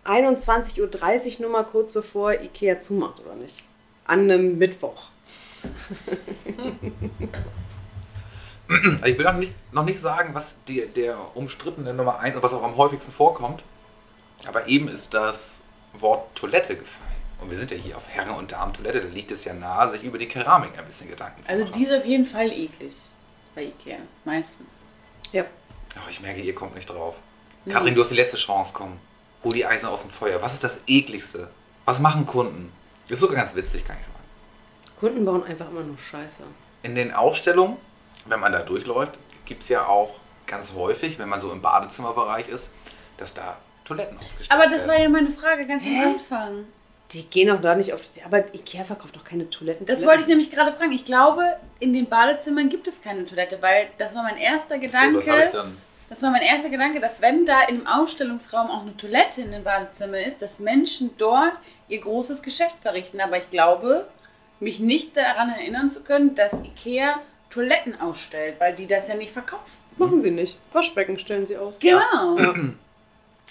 Speaker 1: 21.30 Uhr Nummer kurz bevor Ikea zumacht, oder nicht? An einem Mittwoch.
Speaker 3: also ich will noch nicht, noch nicht sagen, was die, der umstrittene Nummer 1 und was auch am häufigsten vorkommt, aber eben ist das Wort Toilette gefallen. Und wir sind ja hier auf Herren- und Damen-Toilette, da liegt es ja nahe, sich über die Keramik ein bisschen Gedanken zu
Speaker 2: Also
Speaker 3: machen.
Speaker 2: die ist auf jeden Fall eklig bei Ikea, meistens.
Speaker 1: Ja.
Speaker 3: Ach, Oh, ich merke, ihr kommt nicht drauf.
Speaker 2: Nee.
Speaker 3: Kathrin, du hast die letzte Chance, komm. Hol die Eisen aus dem Feuer. Was ist das Ekligste? Was machen Kunden? Ist sogar ganz witzig, kann ich sagen.
Speaker 1: Kunden bauen einfach immer nur Scheiße.
Speaker 3: In den Ausstellungen, wenn man da durchläuft, gibt es ja auch ganz häufig, wenn man so im Badezimmerbereich ist, dass da Toiletten aufgestellt
Speaker 2: Aber das war
Speaker 3: werden.
Speaker 2: ja meine Frage ganz
Speaker 1: Hä?
Speaker 2: am Anfang.
Speaker 1: Die gehen doch da nicht auf die. Aber Ikea verkauft doch keine Toiletten.
Speaker 2: Das wollte ich nämlich gerade fragen. Ich glaube, in den Badezimmern gibt es keine Toilette, weil das war mein erster Gedanke.
Speaker 3: So, das habe ich dann.
Speaker 2: Das war mein erster Gedanke, dass wenn da im Ausstellungsraum auch eine Toilette in den Badezimmer ist, dass Menschen dort ihr großes Geschäft verrichten. Aber ich glaube, mich nicht daran erinnern zu können, dass Ikea Toiletten ausstellt, weil die das ja nicht verkaufen.
Speaker 1: Machen sie nicht. Waschbecken stellen sie aus.
Speaker 2: Genau.
Speaker 1: Ja.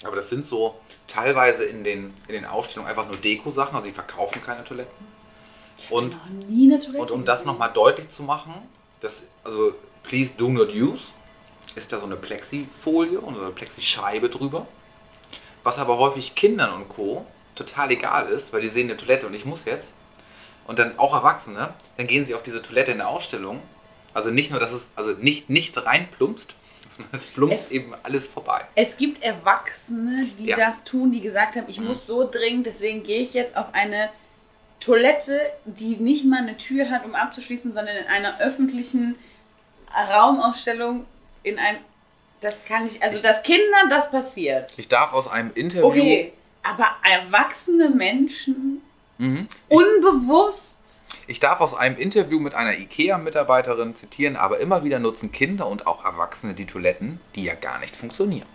Speaker 3: Aber das sind so teilweise in den, in den Ausstellungen einfach nur Deko-Sachen, also die verkaufen keine Toiletten. Und
Speaker 2: noch nie eine Toilette
Speaker 3: Und um das
Speaker 2: gesehen.
Speaker 3: nochmal deutlich zu machen, das, also please do not use, ist da so eine Plexifolie und so eine Plexischeibe drüber. Was aber häufig Kindern und Co. total egal ist, weil die sehen eine Toilette und ich muss jetzt. Und dann auch Erwachsene, dann gehen sie auf diese Toilette in der Ausstellung. Also nicht nur, dass es also nicht, nicht reinplumpst, sondern es plumpst
Speaker 2: Es-
Speaker 3: eben alles vorbei.
Speaker 2: Es gibt Erwachsene, die
Speaker 3: Ja.
Speaker 2: das tun, die gesagt haben, ich muss so dringend, deswegen gehe ich jetzt auf eine Toilette, die nicht mal eine Tür hat, um abzuschließen, sondern in einer öffentlichen Raumausstellung in einem. Das kann ich, also dass Kindern das passiert.
Speaker 3: Ich darf aus einem Interview.
Speaker 2: Okay, aber erwachsene Menschen
Speaker 3: Mhm.
Speaker 2: Oh unbewusst.
Speaker 3: Ich darf aus einem Interview mit einer IKEA-Mitarbeiterin zitieren, aber immer wieder nutzen Kinder und auch Erwachsene die Toiletten, die ja gar nicht funktionieren.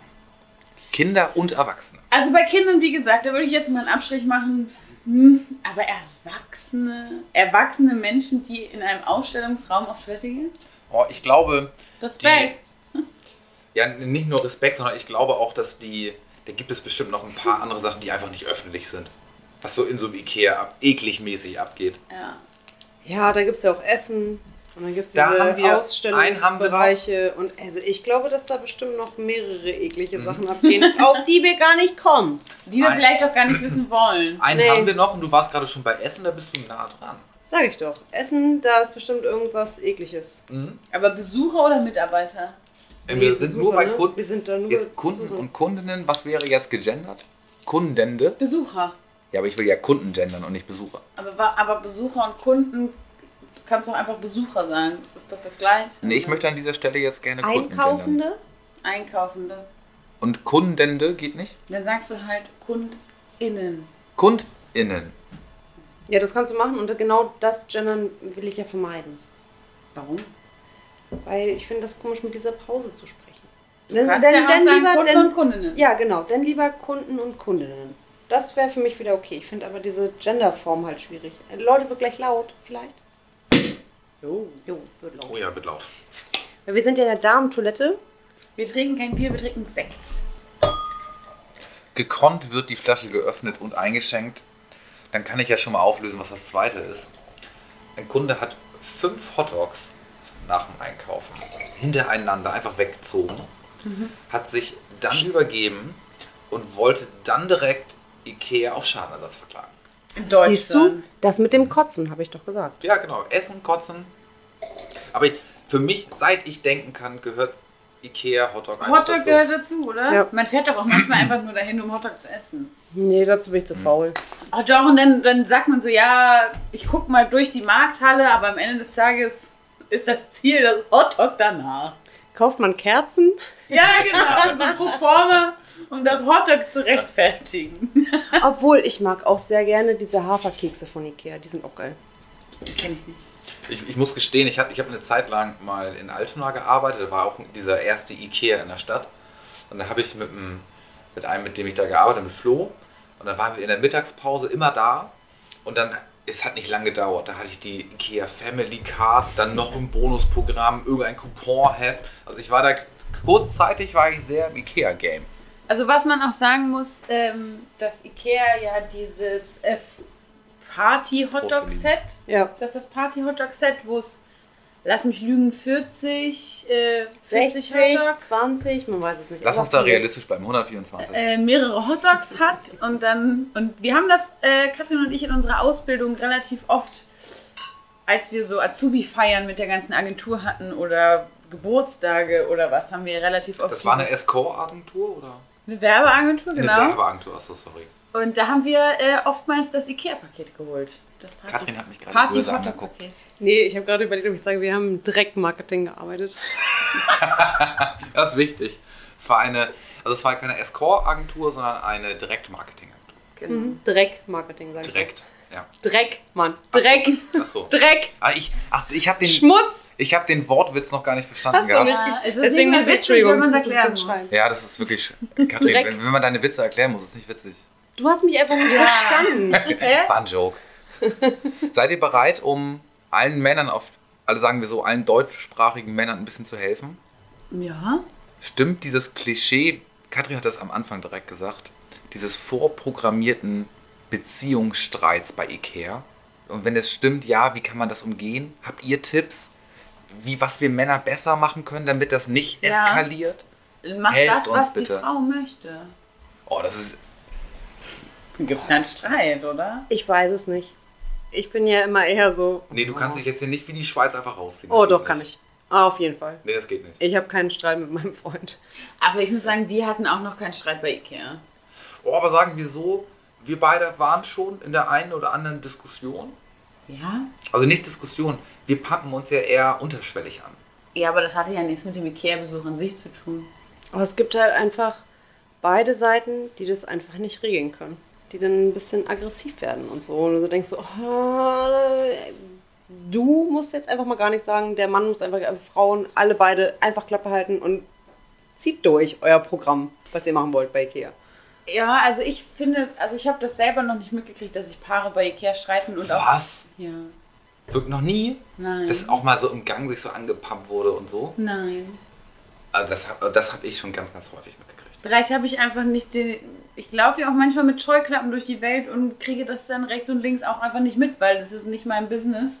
Speaker 3: Kinder und Erwachsene.
Speaker 2: Also bei Kindern, wie gesagt, da würde ich jetzt mal einen Abstrich machen. Hm, aber erwachsene, erwachsene Menschen, die in einem Ausstellungsraum auf Toilette gehen?
Speaker 3: Oh, ich glaube,
Speaker 2: Respekt.
Speaker 3: ja, nicht nur Respekt, sondern ich glaube auch, dass die, da gibt es bestimmt noch ein paar andere Sachen, die einfach nicht öffentlich sind. Was so in so einem Ikea ab, eklig mäßig abgeht.
Speaker 2: Ja.
Speaker 1: Ja, da gibt es ja auch Essen und dann gibt es
Speaker 3: Da
Speaker 1: diese
Speaker 3: haben wir- einen haben wir noch.
Speaker 1: Ausstellungsbereiche. Und also ich glaube, dass da bestimmt noch mehrere eklige
Speaker 3: Mhm.
Speaker 1: Sachen abgehen, auf die wir gar nicht kommen.
Speaker 2: Die wir
Speaker 3: Nein.
Speaker 2: vielleicht auch gar nicht wissen wollen.
Speaker 3: Einen
Speaker 1: Nee.
Speaker 3: haben wir noch und du warst gerade schon bei Essen, da bist du nah dran.
Speaker 1: Sag ich doch. Essen, da ist bestimmt irgendwas ekliges.
Speaker 3: Mhm.
Speaker 2: Aber Besucher oder Mitarbeiter?
Speaker 3: Wir
Speaker 1: Nee,
Speaker 3: sind
Speaker 1: Besucher,
Speaker 3: nur bei
Speaker 1: ne?
Speaker 3: Kunden.
Speaker 1: Wir sind da nur
Speaker 3: Jetzt Kunden
Speaker 1: Besucher.
Speaker 3: und Kundinnen, was wäre jetzt gegendert? Kundende.
Speaker 2: Besucher.
Speaker 3: Ja, aber ich will ja Kunden gendern und nicht Besucher.
Speaker 2: Aber, wa- aber Besucher und Kunden, du kannst doch einfach Besucher sagen. Das ist doch das Gleiche.
Speaker 3: Nee, ich möchte an dieser Stelle jetzt gerne Kunden gendern.
Speaker 1: Einkaufende?
Speaker 2: Einkaufende.
Speaker 3: Und Kundende geht nicht?
Speaker 2: ne? Dann sagst du halt KundInnen.
Speaker 3: KundInnen.
Speaker 1: Ja, das kannst du machen und genau das Gendern will ich ja vermeiden.
Speaker 2: Warum?
Speaker 1: Weil ich finde das komisch, mit dieser Pause zu sprechen.
Speaker 2: Du kannst ja auch sagen Kunden und Kundinnen.
Speaker 1: Ja, genau. Dann lieber Kunden und Kundinnen. Das wäre für mich wieder okay. Ich finde aber diese Genderform halt schwierig. Äh, Leute wird gleich laut, vielleicht. Jo. Jo, wird laut.
Speaker 3: Oh ja, wird laut.
Speaker 1: Weil Wir sind ja in der Damentoilette.
Speaker 2: Wir trinken kein Bier, wir trinken Sekt.
Speaker 3: Gekonnt wird die Flasche geöffnet und eingeschenkt. Dann kann ich ja schon mal auflösen, was das zweite ist. Ein Kunde hat fünf Hotdogs nach dem Einkaufen hintereinander einfach weggezogen, hat sich dann übergeben und wollte dann direkt Ikea auf Schadenersatz verklagen.
Speaker 2: In Deutschland.
Speaker 1: Siehst du? Das mit dem Kotzen, habe ich doch gesagt.
Speaker 3: Ja, genau. Essen, kotzen. Aber ich, für mich, seit ich denken kann, gehört Ikea Hotdog einfach
Speaker 2: Hotdog
Speaker 3: dazu.
Speaker 2: gehört dazu, oder?
Speaker 1: Ja.
Speaker 2: Man fährt doch auch manchmal einfach nur dahin, um Hotdog zu essen.
Speaker 1: Nee, dazu bin ich
Speaker 3: Hm.
Speaker 1: zu faul.
Speaker 2: Ach doch, und dann, dann sagt man so, ja, ich guck mal durch die Markthalle, aber am Ende des Tages ist das Ziel das Hotdog danach.
Speaker 1: Kauft man Kerzen?
Speaker 2: Ja, genau, so pro forma, um das Hotdog zu rechtfertigen.
Speaker 1: Obwohl, ich mag auch sehr gerne diese Haferkekse von Ikea. Die sind auch geil.
Speaker 2: Kenn ich nicht.
Speaker 3: Ich, ich muss gestehen, ich habe ich hab eine Zeit lang mal in Altona gearbeitet. Da war auch dieser erste Ikea in der Stadt. Und da habe ich mit, einem- mit einem, mit dem ich da gearbeitet habe, mit Flo. Und dann waren wir in der Mittagspause immer da. Und dann, es hat nicht lange gedauert. Da hatte ich die Ikea Family Card, dann noch ein Bonusprogramm, irgendein Couponheft. Also ich war da, kurzzeitig war ich sehr im Ikea-Game.
Speaker 2: Also was man auch sagen muss, ähm, dass Ikea ja dieses äh, Party-Hotdog-Set,
Speaker 1: Ja.
Speaker 2: das ist das Party-Hotdog-Set, wo es, lass mich lügen, 40, äh, 40
Speaker 1: 60,
Speaker 2: Hotdogs
Speaker 1: 20, man weiß es nicht.
Speaker 3: Lass
Speaker 1: Aber
Speaker 3: uns da
Speaker 1: viele.
Speaker 3: realistisch bleiben. 124.
Speaker 2: äh, mehrere Hotdogs hat und dann und wir haben das äh, Katrin und ich in unserer Ausbildung relativ oft, als wir so Azubi feiern mit der ganzen Agentur hatten oder Geburtstage oder was, haben wir relativ oft
Speaker 3: das war eine
Speaker 2: dieses-
Speaker 3: Escort-Agentur oder?
Speaker 2: eine Werbeagentur
Speaker 3: Eine
Speaker 2: genau
Speaker 3: Werbeagentur, achso, sorry.
Speaker 2: und da haben wir äh, oftmals das Ikea Paket geholt. Das
Speaker 3: Katrin hat mich gerade
Speaker 2: Party
Speaker 3: böse
Speaker 2: Hotdog
Speaker 3: angeguckt.
Speaker 2: Paket.
Speaker 1: Nee, ich habe gerade überlegt, ob ich sage, wir haben im Direktmarketing gearbeitet.
Speaker 3: Das ist wichtig. Es war eine, also es war keine Escort-Agentur, sondern eine Direktmarketing-Agentur.
Speaker 2: Genau.
Speaker 1: Direktmarketing, sage ich.
Speaker 3: Direkt, ja.
Speaker 1: Dreck, Mann. Dreck.
Speaker 3: Achso.
Speaker 1: Dreck.
Speaker 3: Ah, ich, ach, ich habe den,
Speaker 1: Schmutz.
Speaker 3: ich hab den Wortwitz noch gar nicht verstanden
Speaker 1: Hast du
Speaker 3: gehabt.
Speaker 1: nicht?
Speaker 2: Ah, es ist
Speaker 1: Deswegen
Speaker 2: nicht
Speaker 1: muss ich-
Speaker 2: mehr witzig, wenn man es
Speaker 1: Entschuldigung, ich
Speaker 2: erklären
Speaker 1: muss
Speaker 2: muss.
Speaker 1: jetzt
Speaker 3: Ja, das ist wirklich. Katrin,
Speaker 1: Direkt.
Speaker 3: wenn, wenn man deine Witze erklären muss, ist nicht witzig.
Speaker 1: Du hast mich einfach nicht verstanden.
Speaker 2: Hä?
Speaker 3: War ein Joke. Seid ihr bereit, um allen Männern auf, also sagen wir so, allen deutschsprachigen Männern ein bisschen zu helfen?
Speaker 2: Ja.
Speaker 3: Stimmt dieses Klischee, Katrin hat das am Anfang direkt gesagt, dieses vorprogrammierten Beziehungsstreits bei Ikea? Und wenn das stimmt, ja, wie kann man das umgehen? Habt ihr Tipps, wie was wir Männer besser machen können, damit das nicht
Speaker 2: Ja.
Speaker 3: eskaliert?
Speaker 2: Mach
Speaker 3: Helft
Speaker 2: das,
Speaker 3: uns
Speaker 2: was
Speaker 3: bitte.
Speaker 2: die Frau möchte.
Speaker 3: Oh, das ist.
Speaker 2: Gibt dann Streit, oder?
Speaker 1: Ich weiß es nicht. Ich bin ja immer eher so.
Speaker 3: Nee, du kannst dich jetzt hier nicht wie die Schweiz einfach rausziehen. Das
Speaker 1: Oh,
Speaker 3: geht
Speaker 1: doch,
Speaker 3: nicht.
Speaker 1: kann ich. Ah, auf jeden Fall.
Speaker 3: Nee, das geht nicht.
Speaker 1: Ich habe keinen Streit mit meinem Freund.
Speaker 2: Aber ich muss sagen, wir hatten auch noch keinen Streit bei Ikea.
Speaker 3: Oh, aber sagen wir so, wir beide waren schon in der einen oder anderen Diskussion.
Speaker 2: Ja?
Speaker 3: Also nicht Diskussion, wir pappen uns ja eher unterschwellig an.
Speaker 2: Ja, aber das hatte ja nichts mit dem Ikea-Besuch an sich zu tun.
Speaker 1: Aber es gibt halt einfach beide Seiten, die das einfach nicht regeln können. Die dann ein bisschen aggressiv werden und so. Und du denkst so, oh, du musst jetzt einfach mal gar nichts sagen, der Mann muss einfach, äh, Frauen, alle beide einfach Klappe halten und zieht durch euer Programm, was ihr machen wollt bei Ikea.
Speaker 2: Ja, also ich finde, also ich habe das selber noch nicht mitgekriegt, dass sich Paare bei Ikea streiten und auch.
Speaker 3: Was?
Speaker 2: Ja.
Speaker 3: Wirkt noch nie,
Speaker 2: Nein.
Speaker 3: dass auch mal so im Gang sich so angepappt wurde und so.
Speaker 2: Nein.
Speaker 3: Also das hab- das habe ich schon ganz, ganz häufig mitgekriegt.
Speaker 2: Vielleicht habe ich einfach nicht den. Ich laufe ja auch manchmal mit Scheuklappen durch die Welt und kriege das dann rechts und links auch einfach nicht mit, weil das ist nicht mein Business.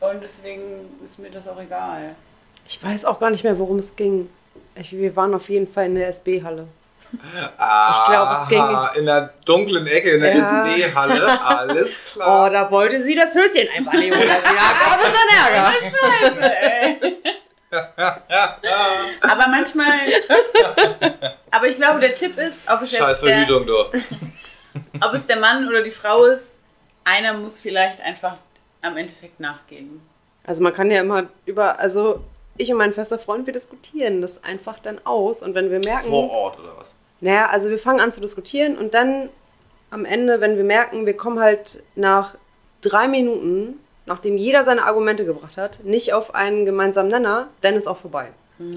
Speaker 2: Und deswegen ist mir das auch egal.
Speaker 1: Ich weiß auch gar nicht mehr, worum es ging. Ich, wir waren auf jeden Fall in der SB-Halle.
Speaker 3: Ah,
Speaker 1: glaub, es ging-
Speaker 3: In der dunklen Ecke, in der
Speaker 1: Ja.
Speaker 3: SB-Halle, alles
Speaker 1: Oh,
Speaker 3: klar.
Speaker 1: da wollte sie das Höschen einfach nicht holen. Da gab es dann Ärger.
Speaker 2: Scheiße, ey. aber manchmal. Aber ich glaube, der Tipp ist, ob es, jetzt
Speaker 3: Scheiß
Speaker 2: der,
Speaker 3: Verhütung, du.
Speaker 2: ob es der Mann oder die Frau ist, einer muss vielleicht einfach am Endeffekt nachgeben.
Speaker 1: Also man kann ja immer über, also ich und mein fester Freund, wir diskutieren das einfach dann aus und wenn wir merken,
Speaker 3: Vor Ort oder was?
Speaker 1: naja, also wir fangen an zu diskutieren und dann am Ende, wenn wir merken, wir kommen halt nach drei Minuten, nachdem jeder seine Argumente gebracht hat, nicht auf einen gemeinsamen Nenner, dann ist auch vorbei.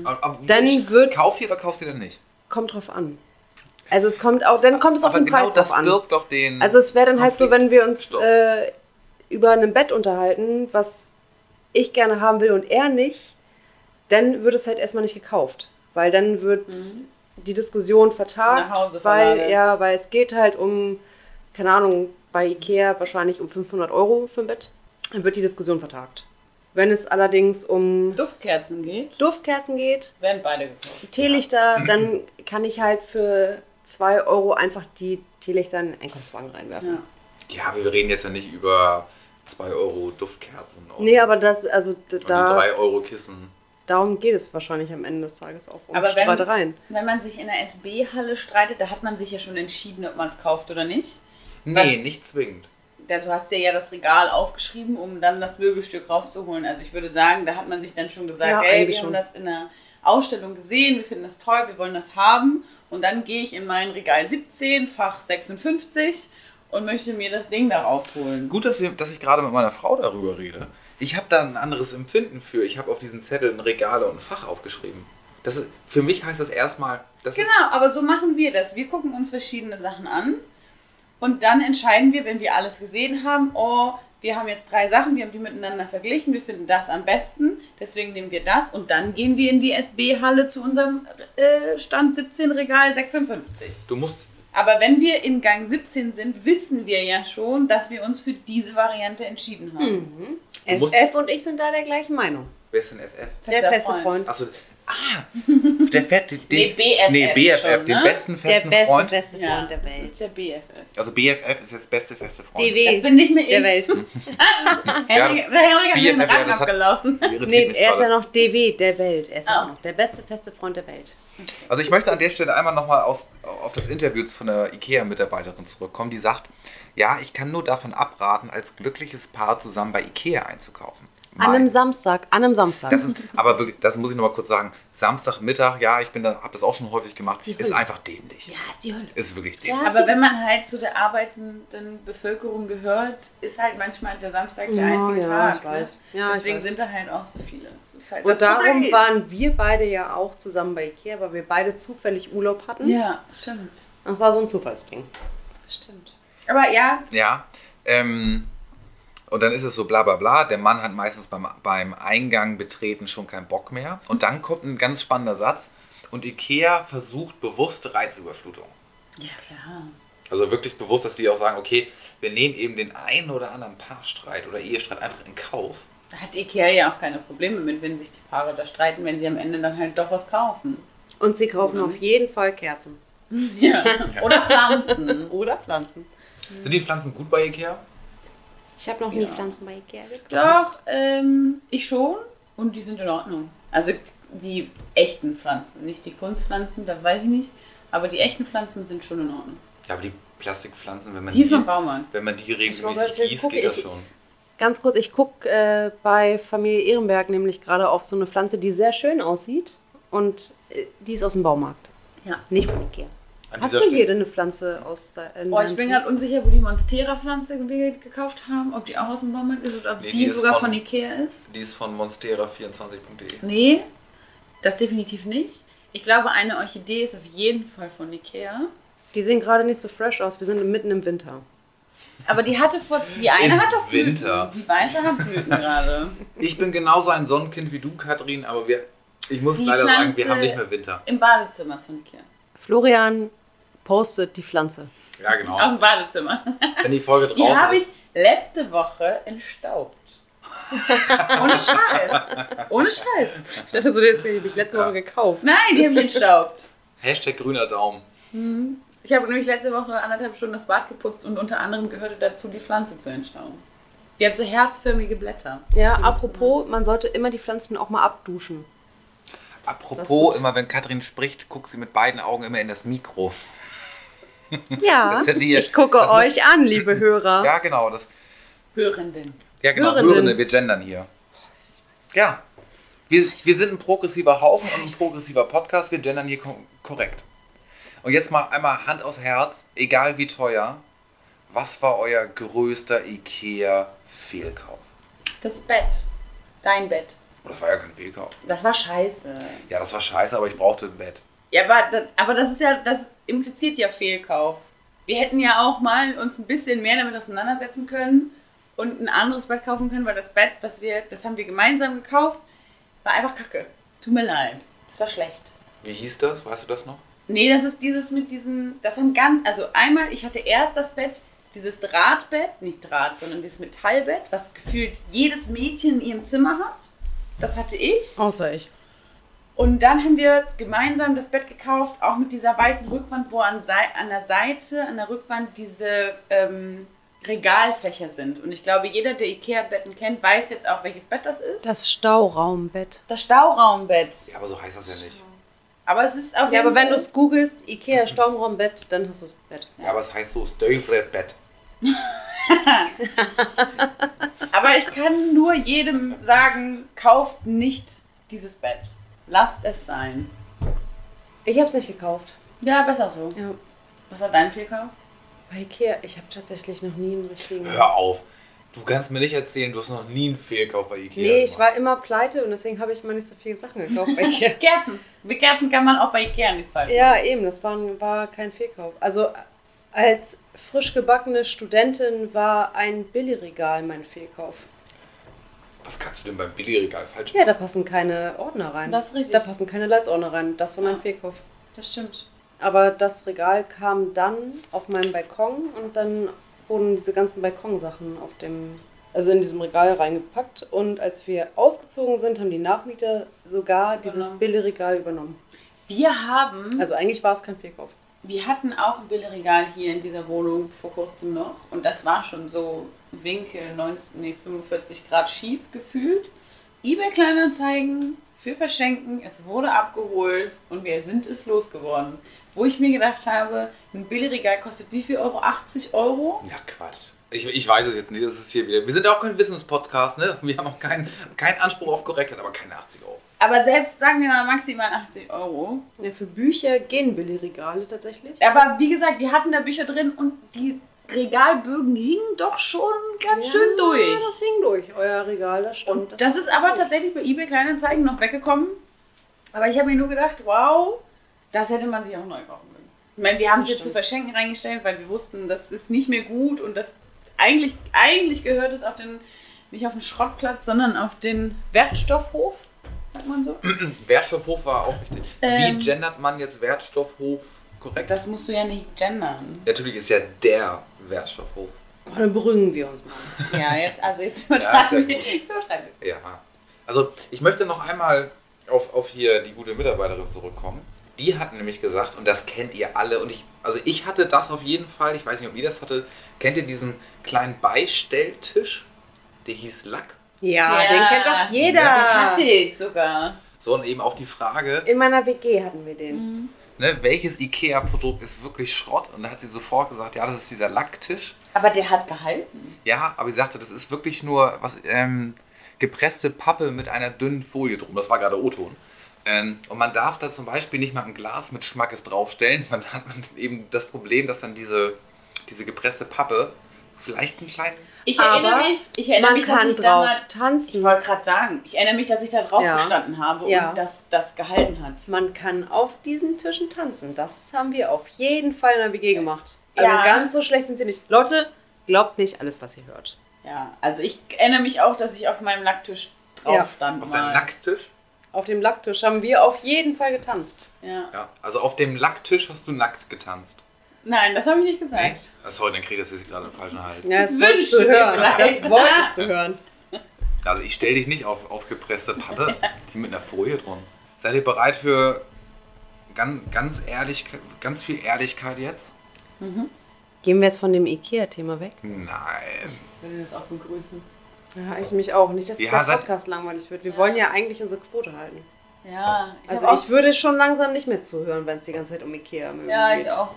Speaker 3: Aber, aber wie-
Speaker 1: Dann wird-
Speaker 3: Kauft ihr oder kauft ihr denn nicht?
Speaker 1: Kommt drauf an. Also es kommt auch, dann kommt es auf
Speaker 3: aber
Speaker 1: den
Speaker 3: genau
Speaker 1: Preis
Speaker 3: das
Speaker 1: drauf an.
Speaker 3: birgt doch
Speaker 2: Hm.
Speaker 3: den...
Speaker 1: Also es wäre dann halt so, wenn
Speaker 3: Konflikt.
Speaker 1: wir uns
Speaker 3: Stopp.
Speaker 1: äh, über ein Bett unterhalten, was ich gerne haben will und er nicht, dann wird es halt erstmal nicht gekauft. Weil dann wird
Speaker 2: Mhm.
Speaker 1: die Diskussion vertagt,
Speaker 2: Nach Hause
Speaker 1: weil,
Speaker 2: verlagert.
Speaker 1: ja, weil es geht halt um, keine Ahnung, bei Ikea wahrscheinlich um 500 Euro für ein Bett. Dann wird die Diskussion vertagt. Wenn es allerdings um
Speaker 2: Duftkerzen geht,
Speaker 1: Duftkerzen geht,
Speaker 2: werden beide gekauft.
Speaker 1: Teelichter, dann kann ich halt für 2 Euro einfach die Teelichter in den Einkaufswagen reinwerfen.
Speaker 2: Ja.
Speaker 3: Ja, aber wir reden jetzt ja nicht über 2 Euro Duftkerzen und,
Speaker 1: Nee, aber das, also d-
Speaker 3: und die
Speaker 1: da,
Speaker 3: 3 Euro Kissen.
Speaker 1: darum geht es wahrscheinlich am Ende des Tages auch um
Speaker 2: Aber wenn-
Speaker 1: Streitereien.
Speaker 2: Wenn man sich in der SB-Halle streitet, da hat man sich ja schon entschieden, ob man es kauft oder nicht.
Speaker 3: Nee,
Speaker 2: Was-
Speaker 3: nicht zwingend.
Speaker 2: Da- Du hast dir ja das Regal aufgeschrieben, um dann das Möbelstück rauszuholen. Also ich würde sagen, da hat man sich dann schon gesagt,
Speaker 1: Ja,
Speaker 2: ey, wir
Speaker 1: eigentlich schon.
Speaker 2: haben das in der Ausstellung gesehen, wir finden das toll, wir wollen das haben. Und dann gehe ich in mein Regal 17, Fach 56 und möchte mir das Ding da rausholen.
Speaker 3: Gut, dass, wir, dass ich gerade mit meiner Frau darüber rede. Ich habe da ein anderes Empfinden für. Ich habe auf diesen Zetteln Regale und Fach aufgeschrieben. Das ist, für mich heißt das erstmal, das ist
Speaker 2: Genau, aber so machen wir das. Wir gucken uns verschiedene Sachen an und dann entscheiden wir, wenn wir alles gesehen haben, oh, wir haben jetzt drei Sachen, wir haben die miteinander verglichen, wir finden das am besten, deswegen nehmen wir das und dann gehen wir in die SB-Halle zu unserem äh, Stand 17 Regal 56.
Speaker 3: Du musst.
Speaker 2: Aber wenn wir in Gang 17 sind, wissen wir ja schon, dass wir uns für diese Variante entschieden haben.
Speaker 1: Mhm.
Speaker 3: Du musst-
Speaker 1: FF und ich sind da der gleichen Meinung.
Speaker 3: Wer ist denn FF?
Speaker 1: Der feste Freund.
Speaker 3: Achso. Ah! Der Fett. Den,
Speaker 2: Nee, BFF
Speaker 3: nee, BFF,
Speaker 2: schon,
Speaker 3: den
Speaker 2: ne?
Speaker 3: besten festen Freund.
Speaker 1: beste
Speaker 2: Ja, das ist der BFF.
Speaker 3: Also BFF ist jetzt beste feste Freund.
Speaker 2: Das bin nicht mehr ich.
Speaker 1: der Welt.
Speaker 2: Henrik,
Speaker 3: Ja,
Speaker 2: Henrik hat mir den
Speaker 3: BFF, ja,
Speaker 2: Rang
Speaker 3: das hat-
Speaker 2: abgelaufen.
Speaker 3: Irritiert
Speaker 1: nee,
Speaker 3: mich
Speaker 1: er ist ja
Speaker 3: gerade.
Speaker 1: noch DW, der Welt. Er ist ja
Speaker 2: Ah.
Speaker 1: auch noch der beste feste Freund der Welt.
Speaker 3: Also ich möchte an der Stelle einmal nochmal auf das Interview von der IKEA-Mitarbeiterin zurückkommen, die sagt, ja, ich kann nur davon abraten, als glückliches Paar zusammen bei IKEA einzukaufen.
Speaker 1: An einem
Speaker 3: Mein.
Speaker 1: Samstag, an einem Samstag.
Speaker 3: Das ist, aber wirklich, das muss ich nochmal kurz sagen. Samstagmittag, ja, ich bin da, habe das auch schon häufig gemacht,
Speaker 1: Ist die
Speaker 3: ist,
Speaker 1: Hölle.
Speaker 3: einfach dämlich.
Speaker 1: ja, ist die Hölle.
Speaker 3: Ist wirklich
Speaker 1: Ja.
Speaker 3: dämlich.
Speaker 2: Aber wenn man halt zu der arbeitenden Bevölkerung gehört, ist halt manchmal der Samstag der
Speaker 1: Ja,
Speaker 2: einzige
Speaker 1: ja,
Speaker 2: Tag.
Speaker 1: ich weiß.
Speaker 2: Ne?
Speaker 1: Ja, ich
Speaker 2: Deswegen
Speaker 1: weiß.
Speaker 2: sind da halt auch so viele. Das ist halt das
Speaker 1: Und darum
Speaker 2: Problem.
Speaker 1: waren wir beide ja auch zusammen bei Ikea, weil wir beide zufällig Urlaub hatten.
Speaker 2: Ja, stimmt.
Speaker 1: Das war so ein Zufallsding.
Speaker 2: Stimmt. Aber ja,
Speaker 3: Ja. Ähm, und dann ist es so bla bla bla. Der Mann hat meistens beim, beim Eingang betreten schon keinen Bock mehr. Und dann kommt ein ganz spannender Satz. Und IKEA versucht bewusste Reizüberflutung.
Speaker 2: ja klar.
Speaker 3: Also wirklich bewusst, dass die auch sagen, okay, wir nehmen eben den einen oder anderen Paarstreit oder Ehestreit einfach in Kauf.
Speaker 2: Da hat Ikea ja auch keine Probleme mit, wenn sich die Paare da streiten, wenn sie am Ende dann halt doch was kaufen.
Speaker 1: Und sie kaufen auf jeden Fall Kerzen.
Speaker 2: Ja. Oder Pflanzen.
Speaker 1: Oder Pflanzen. Mhm.
Speaker 3: Sind die Pflanzen gut bei Ikea?
Speaker 1: Ich habe noch nie
Speaker 2: Ja.
Speaker 1: Pflanzen bei Ikea gekauft.
Speaker 2: Doch, ähm, ich schon. Und die sind in Ordnung. Also die echten Pflanzen, nicht die Kunstpflanzen, das weiß ich nicht. Aber die echten Pflanzen sind schon in Ordnung.
Speaker 3: Ja, aber die Plastikpflanzen, wenn man
Speaker 2: Die ist vom
Speaker 3: die,
Speaker 2: Baumarkt.
Speaker 3: wenn man die
Speaker 1: wollte
Speaker 3: regelmäßig
Speaker 1: gerade
Speaker 3: gießt,
Speaker 1: gucken,
Speaker 3: geht das
Speaker 1: ich-
Speaker 3: schon.
Speaker 1: Ganz kurz, ich gucke äh, bei Familie Ehrenberg nämlich gerade auf so eine Pflanze, die sehr schön aussieht. Und äh, die ist aus dem Baumarkt.
Speaker 2: Ja.
Speaker 1: Nicht von Ikea.
Speaker 3: An
Speaker 1: Hast
Speaker 3: dieser
Speaker 1: du dir
Speaker 3: Stelle-
Speaker 1: denn eine Pflanze aus de- in
Speaker 2: Boah, Oh, ich
Speaker 1: deinem
Speaker 2: bin
Speaker 1: Team?
Speaker 2: gerade unsicher, wo die Monstera-Pflanze ge- gekauft haben, ob die auch aus dem Baumarkt ist oder ob
Speaker 3: Nee,
Speaker 2: die,
Speaker 3: die ist
Speaker 2: sogar
Speaker 3: von-
Speaker 2: von, Ikea ist.
Speaker 3: Die ist von monstera24.de.
Speaker 2: Nee, das definitiv nicht. Ich glaube, eine Orchidee ist auf jeden Fall von Ikea.
Speaker 1: Die sehen gerade nicht so fresh aus. Wir sind mitten im Winter.
Speaker 2: Aber die hatte vor. Die eine
Speaker 3: Im
Speaker 2: hat doch Blüten.
Speaker 3: Winter.
Speaker 2: Die weiße hat Blüten gerade.
Speaker 3: Ich bin genauso ein Sonnenkind wie du, Katrin, aber wir, ich muss
Speaker 2: Die
Speaker 3: leider sagen, wir
Speaker 2: Pflanze-
Speaker 3: haben nicht mehr Winter.
Speaker 2: Im Badezimmer ist von Ikea.
Speaker 1: Florian postet die Pflanze.
Speaker 3: Ja,
Speaker 2: Aus
Speaker 3: genau.
Speaker 2: dem Badezimmer.
Speaker 3: Wenn die Folge
Speaker 2: Die
Speaker 3: draußen
Speaker 2: habe ich
Speaker 3: ist,
Speaker 2: letzte Woche entstaubt. Ohne Scheiß. Ohne Scheiß.
Speaker 1: Ich dachte so, jetzt habe ich letzte
Speaker 3: Ja.
Speaker 1: Woche gekauft.
Speaker 2: Nein, die habe ich entstaubt.
Speaker 3: Hashtag grüner Daumen.
Speaker 2: Ich habe nämlich letzte Woche anderthalb Stunden das Bad geputzt und unter anderem gehörte dazu, die Pflanze zu entstauben. Die hat so herzförmige Blätter.
Speaker 1: Ja,
Speaker 2: Die
Speaker 1: apropos, man sollte immer die Pflanzen auch mal abduschen. Das ist
Speaker 3: Apropos,
Speaker 1: gut.
Speaker 3: immer wenn Katrin spricht, guckt sie mit beiden Augen immer in das Mikro.
Speaker 1: Ja, Also
Speaker 3: Das hätte ihr-
Speaker 1: ich gucke
Speaker 3: das muss-
Speaker 1: euch an, liebe Hörer.
Speaker 3: Ja, genau. Das,
Speaker 2: Hörenden.
Speaker 3: ja, genau.
Speaker 1: Hörenden.
Speaker 3: Hörende, wir gendern hier. Ja. Wir, wir sind ein progressiver Haufen und ein progressiver Podcast. Wir gendern hier ko korrekt. Und jetzt mal einmal Hand aus Herz, egal wie teuer. Was war euer größter IKEA-Fehlkauf?
Speaker 2: Das Bett. Dein Bett.
Speaker 3: Oh, Das war ja kein Fehlkauf.
Speaker 2: Das war scheiße.
Speaker 3: Ja, das war scheiße, aber ich brauchte ein Bett.
Speaker 2: Ja, aber das, aber das ist ja, das impliziert ja Fehlkauf. Wir hätten ja auch mal uns ein bisschen mehr damit auseinandersetzen können und ein anderes Bett kaufen können, weil das Bett, was wir, das haben wir gemeinsam gekauft, war einfach kacke. Tut mir leid. Das war schlecht.
Speaker 3: Wie hieß das? Weißt du das noch?
Speaker 2: Nee, das ist dieses mit diesen, das sind ganz, also einmal, ich hatte erst das Bett, dieses Drahtbett, nicht Draht, sondern dieses Metallbett, was gefühlt jedes Mädchen in ihrem Zimmer hat. Das hatte ich.
Speaker 1: Außer ich.
Speaker 2: Und dann haben wir gemeinsam das Bett gekauft, auch mit dieser weißen Rückwand, wo an, Sei- an der Seite, an der Rückwand diese ähm, Regalfächer sind. Und ich glaube, jeder, der Ikea-Betten kennt, weiß jetzt auch, welches Bett das ist.
Speaker 1: Das Stauraumbett.
Speaker 2: das Stauraumbett.
Speaker 3: Ja, aber so heißt das ja nicht.
Speaker 2: Aber es ist auf
Speaker 1: Ja,
Speaker 2: jeden
Speaker 1: aber wenn du
Speaker 2: Fall-
Speaker 1: es googelst, Ikea Stauraumbett, dann hast du das Bett.
Speaker 3: Ja, aber es heißt so Stöbret-Bett.
Speaker 2: Aber ich kann nur jedem sagen, kauft nicht dieses Bett. Lasst es sein.
Speaker 1: Ich habe es nicht gekauft.
Speaker 2: Ja, besser so.
Speaker 1: Ja.
Speaker 2: Was hat dein Fehlkauf?
Speaker 1: Bei Ikea, ich habe tatsächlich noch nie einen richtigen.
Speaker 3: Hör auf. Du kannst mir nicht erzählen, du hast noch nie einen Fehlkauf bei Ikea
Speaker 1: Nee, ich
Speaker 3: gemacht.
Speaker 1: war immer pleite und deswegen habe ich mal nicht so viele Sachen gekauft bei Ikea.
Speaker 2: Kerzen. Mit Kerzen kann man auch bei Ikea nichts falsch
Speaker 1: Ja, eben, das war, war kein Fehlkauf. Also als frisch gebackene Studentin war ein Billigregal mein Fehlkauf.
Speaker 3: Was kannst du denn beim Billigregal falsch
Speaker 1: Ja, da passen keine Ordner rein.
Speaker 2: Das ist richtig.
Speaker 1: Da passen keine Leitsordner rein. Das war mein
Speaker 2: Ja.
Speaker 1: Fehlkauf.
Speaker 2: Das stimmt.
Speaker 1: Aber das Regal kam dann auf meinem Balkon und dann wurden diese ganzen Balkonsachen auf dem, also in diesem Regal reingepackt. Und als wir ausgezogen sind, haben die Nachmieter sogar
Speaker 2: Das
Speaker 1: dieses
Speaker 2: übernommen.
Speaker 1: Billigregal übernommen.
Speaker 2: Wir haben,
Speaker 1: Also eigentlich war es kein Fehlkauf.
Speaker 2: wir hatten auch ein Billeregal hier in dieser Wohnung vor kurzem noch. Und das war schon so Winkel 19, nee, 45 Grad schief gefühlt. Ebay-Kleinanzeigen für Verschenken. Es wurde abgeholt und wir sind es losgeworden. Wo ich mir gedacht habe, ein Billigregal kostet wie viel Euro? 80 Euro?
Speaker 3: Ja, Quatsch. Ich, ich weiß es jetzt nicht, das ist hier wieder. Wir sind auch kein Wissenspodcast, ne? Wir haben auch keinen keinen Anspruch auf Korrektheit, aber keine 80 Euro.
Speaker 2: Aber selbst sagen wir mal maximal 80 Euro.
Speaker 1: Ja, für Bücher gehen Billigregale tatsächlich.
Speaker 2: Aber wie gesagt, wir hatten da Bücher drin und die Regalbögen hingen doch schon ganz
Speaker 1: Ja,
Speaker 2: schön durch.
Speaker 1: Das hing durch, euer Regal, das stimmt.
Speaker 2: Und das ist aber
Speaker 1: gut.
Speaker 2: tatsächlich bei eBay Kleinanzeigen noch weggekommen. Aber ich habe mir nur gedacht, wow, das hätte man sich auch neu kaufen können. Ich meine, wir haben es
Speaker 1: Das
Speaker 2: jetzt zu
Speaker 1: stimmt.
Speaker 2: verschenken reingestellt, weil wir wussten, das ist nicht mehr gut und das eigentlich, eigentlich gehört es auf den, nicht auf den Schrottplatz, sondern auf den Wertstoffhof, sagt man so.
Speaker 3: Wertstoffhof war auch richtig.
Speaker 2: Ähm.
Speaker 3: Wie gendert man jetzt Wertstoffhof korrekt.
Speaker 2: Das musst du ja nicht gendern.
Speaker 3: Natürlich ist ja der Wertstoffhof.
Speaker 1: Oh, dann berügen wir uns mal.
Speaker 2: Ja, jetzt, also jetzt
Speaker 3: Ja, ist ja
Speaker 2: übertreiben wir.
Speaker 3: gut.
Speaker 2: jetzt übertreiben wir.
Speaker 3: Ja. Also ich möchte noch einmal auf, auf hier die gute Mitarbeiterin zurückkommen. Die hat nämlich gesagt, und das kennt ihr alle, und ich, also ich hatte das auf jeden Fall, ich weiß nicht, ob ihr das hatte, kennt ihr diesen kleinen Beistelltisch? Der hieß Lack.
Speaker 1: Ja,
Speaker 2: Ja.
Speaker 1: den kennt doch
Speaker 2: Hatte
Speaker 1: jeder.
Speaker 2: ich sogar.
Speaker 3: So, und eben auch die Frage,
Speaker 1: In meiner WG hatten wir den.
Speaker 3: ne, welches IKEA-Produkt ist wirklich Schrott? Und da hat sie sofort gesagt, ja, das ist dieser Lacktisch.
Speaker 2: Aber der hat gehalten.
Speaker 3: Ja, aber sie sagte, das ist wirklich nur was ähm, gepresste Pappe mit einer dünnen Folie drum. Das war gerade O-Ton. Ähm, und man darf da zum Beispiel nicht mal ein Glas mit Schmackes draufstellen. Man hat man eben das Problem, dass dann diese, diese gepresste Pappe vielleicht einen kleinen.
Speaker 2: Ich
Speaker 1: Aber
Speaker 2: erinnere mich, ich erinnere
Speaker 1: Man
Speaker 2: mich, dass
Speaker 1: kann
Speaker 2: ich
Speaker 1: drauf
Speaker 2: damals. Ich
Speaker 1: tanzen.
Speaker 2: wollte gerade sagen, ich erinnere mich, dass ich da drauf
Speaker 1: Ja.
Speaker 2: gestanden habe
Speaker 1: Ja.
Speaker 2: und dass das gehalten hat.
Speaker 1: Man kann auf diesen Tischen tanzen. Das haben wir auf jeden Fall in der WG gemacht. Also
Speaker 2: Ja.
Speaker 1: ganz so schlecht sind sie nicht. Leute, glaubt nicht alles, was ihr hört.
Speaker 2: Ja, also ich erinnere mich auch, dass ich auf meinem Lacktisch drauf
Speaker 1: Ja.
Speaker 2: stand.
Speaker 3: Auf deinem
Speaker 2: mal.
Speaker 3: Lacktisch?
Speaker 1: Auf dem Lacktisch haben wir auf jeden Fall getanzt.
Speaker 2: Ja.
Speaker 3: Ja. Also auf dem Lacktisch hast du nackt getanzt.
Speaker 2: Nein, das habe ich nicht gesagt.
Speaker 3: Sorry, dann krieg ich das jetzt gerade im falschen Hals.
Speaker 1: Ja,
Speaker 2: Das wünschst du dir vielleicht.
Speaker 1: Das wolltest du hören.
Speaker 3: Also ich stelle dich nicht auf aufgepresste Pappe, die mit einer Folie drum. Seid ihr bereit für ganz, ganz, ehrlich, ganz viel Ehrlichkeit jetzt?
Speaker 1: Gehen wir jetzt von dem Ikea-Thema weg?
Speaker 3: Nein.
Speaker 2: Ich würde das auch begrüßen.
Speaker 1: Ja, ich mich auch. Nicht, dass
Speaker 3: Ja,
Speaker 1: der
Speaker 3: seit-
Speaker 1: Podcast langweilig wird. Wir
Speaker 2: Ja.
Speaker 1: wollen ja eigentlich unsere Quote halten.
Speaker 2: Ja, ich
Speaker 1: Also
Speaker 2: hab
Speaker 1: ich würde schon langsam nicht mehr zuhören, wenn es die ganze Zeit um Ikea
Speaker 2: auch,
Speaker 1: geht.
Speaker 2: ja, ich auch.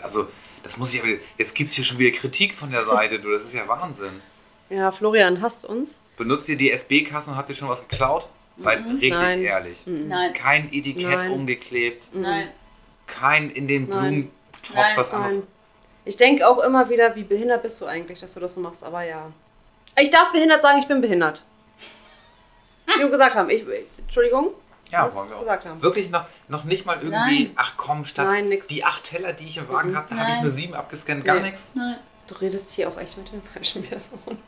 Speaker 3: Also, das muss ich aber. Jetzt gibt es hier schon wieder Kritik von der Seite, du. Das ist ja Wahnsinn.
Speaker 1: Ja, Florian hasst uns.
Speaker 3: Benutzt ihr die SB-Kassen und habt ihr schon was geklaut? Seid richtig
Speaker 1: Mhm. Nein.
Speaker 3: ehrlich.
Speaker 1: Mhm.
Speaker 2: Nein,
Speaker 3: Kein Etikett
Speaker 1: Nein. Mhm.
Speaker 3: umgeklebt,
Speaker 2: nein.
Speaker 3: kein in den
Speaker 1: Nein.
Speaker 3: Blumentopf
Speaker 2: Nein,
Speaker 3: was anderes.
Speaker 1: Nein. Ich denke auch immer wieder, wie behindert bist du eigentlich, dass du das so machst, aber ja. Ich darf behindert sagen, ich bin behindert. Wie wir gesagt haben, ich, ich Entschuldigung.
Speaker 3: Ja,
Speaker 1: Was
Speaker 3: wollen wir auch.
Speaker 1: gesagt haben.
Speaker 3: Wirklich noch, noch nicht mal irgendwie,
Speaker 2: Nein.
Speaker 3: ach komm, statt
Speaker 1: Nein, nix.
Speaker 3: die acht Teller, die ich im Wagen
Speaker 1: Mhm.
Speaker 3: habe, da habe ich
Speaker 2: Nein.
Speaker 3: nur sieben abgescannt, gar
Speaker 1: Nee.
Speaker 3: nichts.
Speaker 2: Nein.
Speaker 1: Du redest hier auch echt mit den falschen Personen.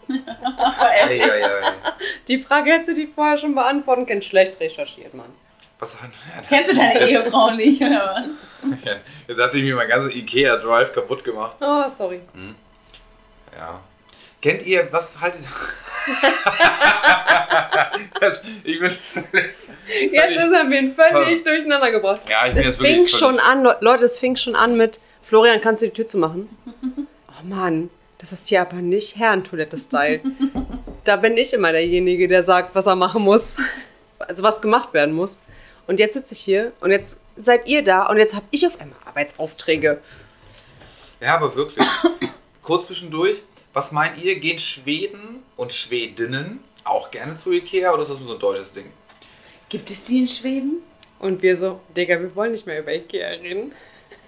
Speaker 2: Aber er,
Speaker 3: Eieiei.
Speaker 1: Die Frage hättest du die vorher schon beantworten können. Schlecht recherchiert, Mann.
Speaker 3: Was haben wir denn?
Speaker 2: kennst du deine Ehefrau nicht, oder was?
Speaker 3: Jetzt hat sich mir mein ganzes Ikea-Drive kaputt gemacht.
Speaker 1: Oh, sorry.
Speaker 3: Ja. Kennt ihr, was haltet das, ich bin völlig,
Speaker 1: Jetzt ist er mir völlig durcheinander gebracht.
Speaker 3: Ja, ich bin
Speaker 1: Es
Speaker 3: jetzt wirklich
Speaker 1: fing
Speaker 3: völlig-
Speaker 1: schon an, Le- Leute, es fing schon an mit Florian, kannst du die Tür zumachen? Oh Mann, das ist hier aber nicht Herrentoilette-Style. da bin ich immer derjenige, der sagt, was er machen muss. Also was gemacht werden muss. Und jetzt sitze ich hier und jetzt seid ihr da und jetzt habe ich auf einmal Arbeitsaufträge.
Speaker 3: Ja, aber wirklich. Kurz zwischendurch, was meint ihr, gehen Schweden und Schwedinnen auch gerne zu Ikea oder ist das nur so ein deutsches Ding?
Speaker 2: Gibt es die in Schweden?
Speaker 1: Und wir so, Digga, wir wollen nicht mehr über Ikea reden.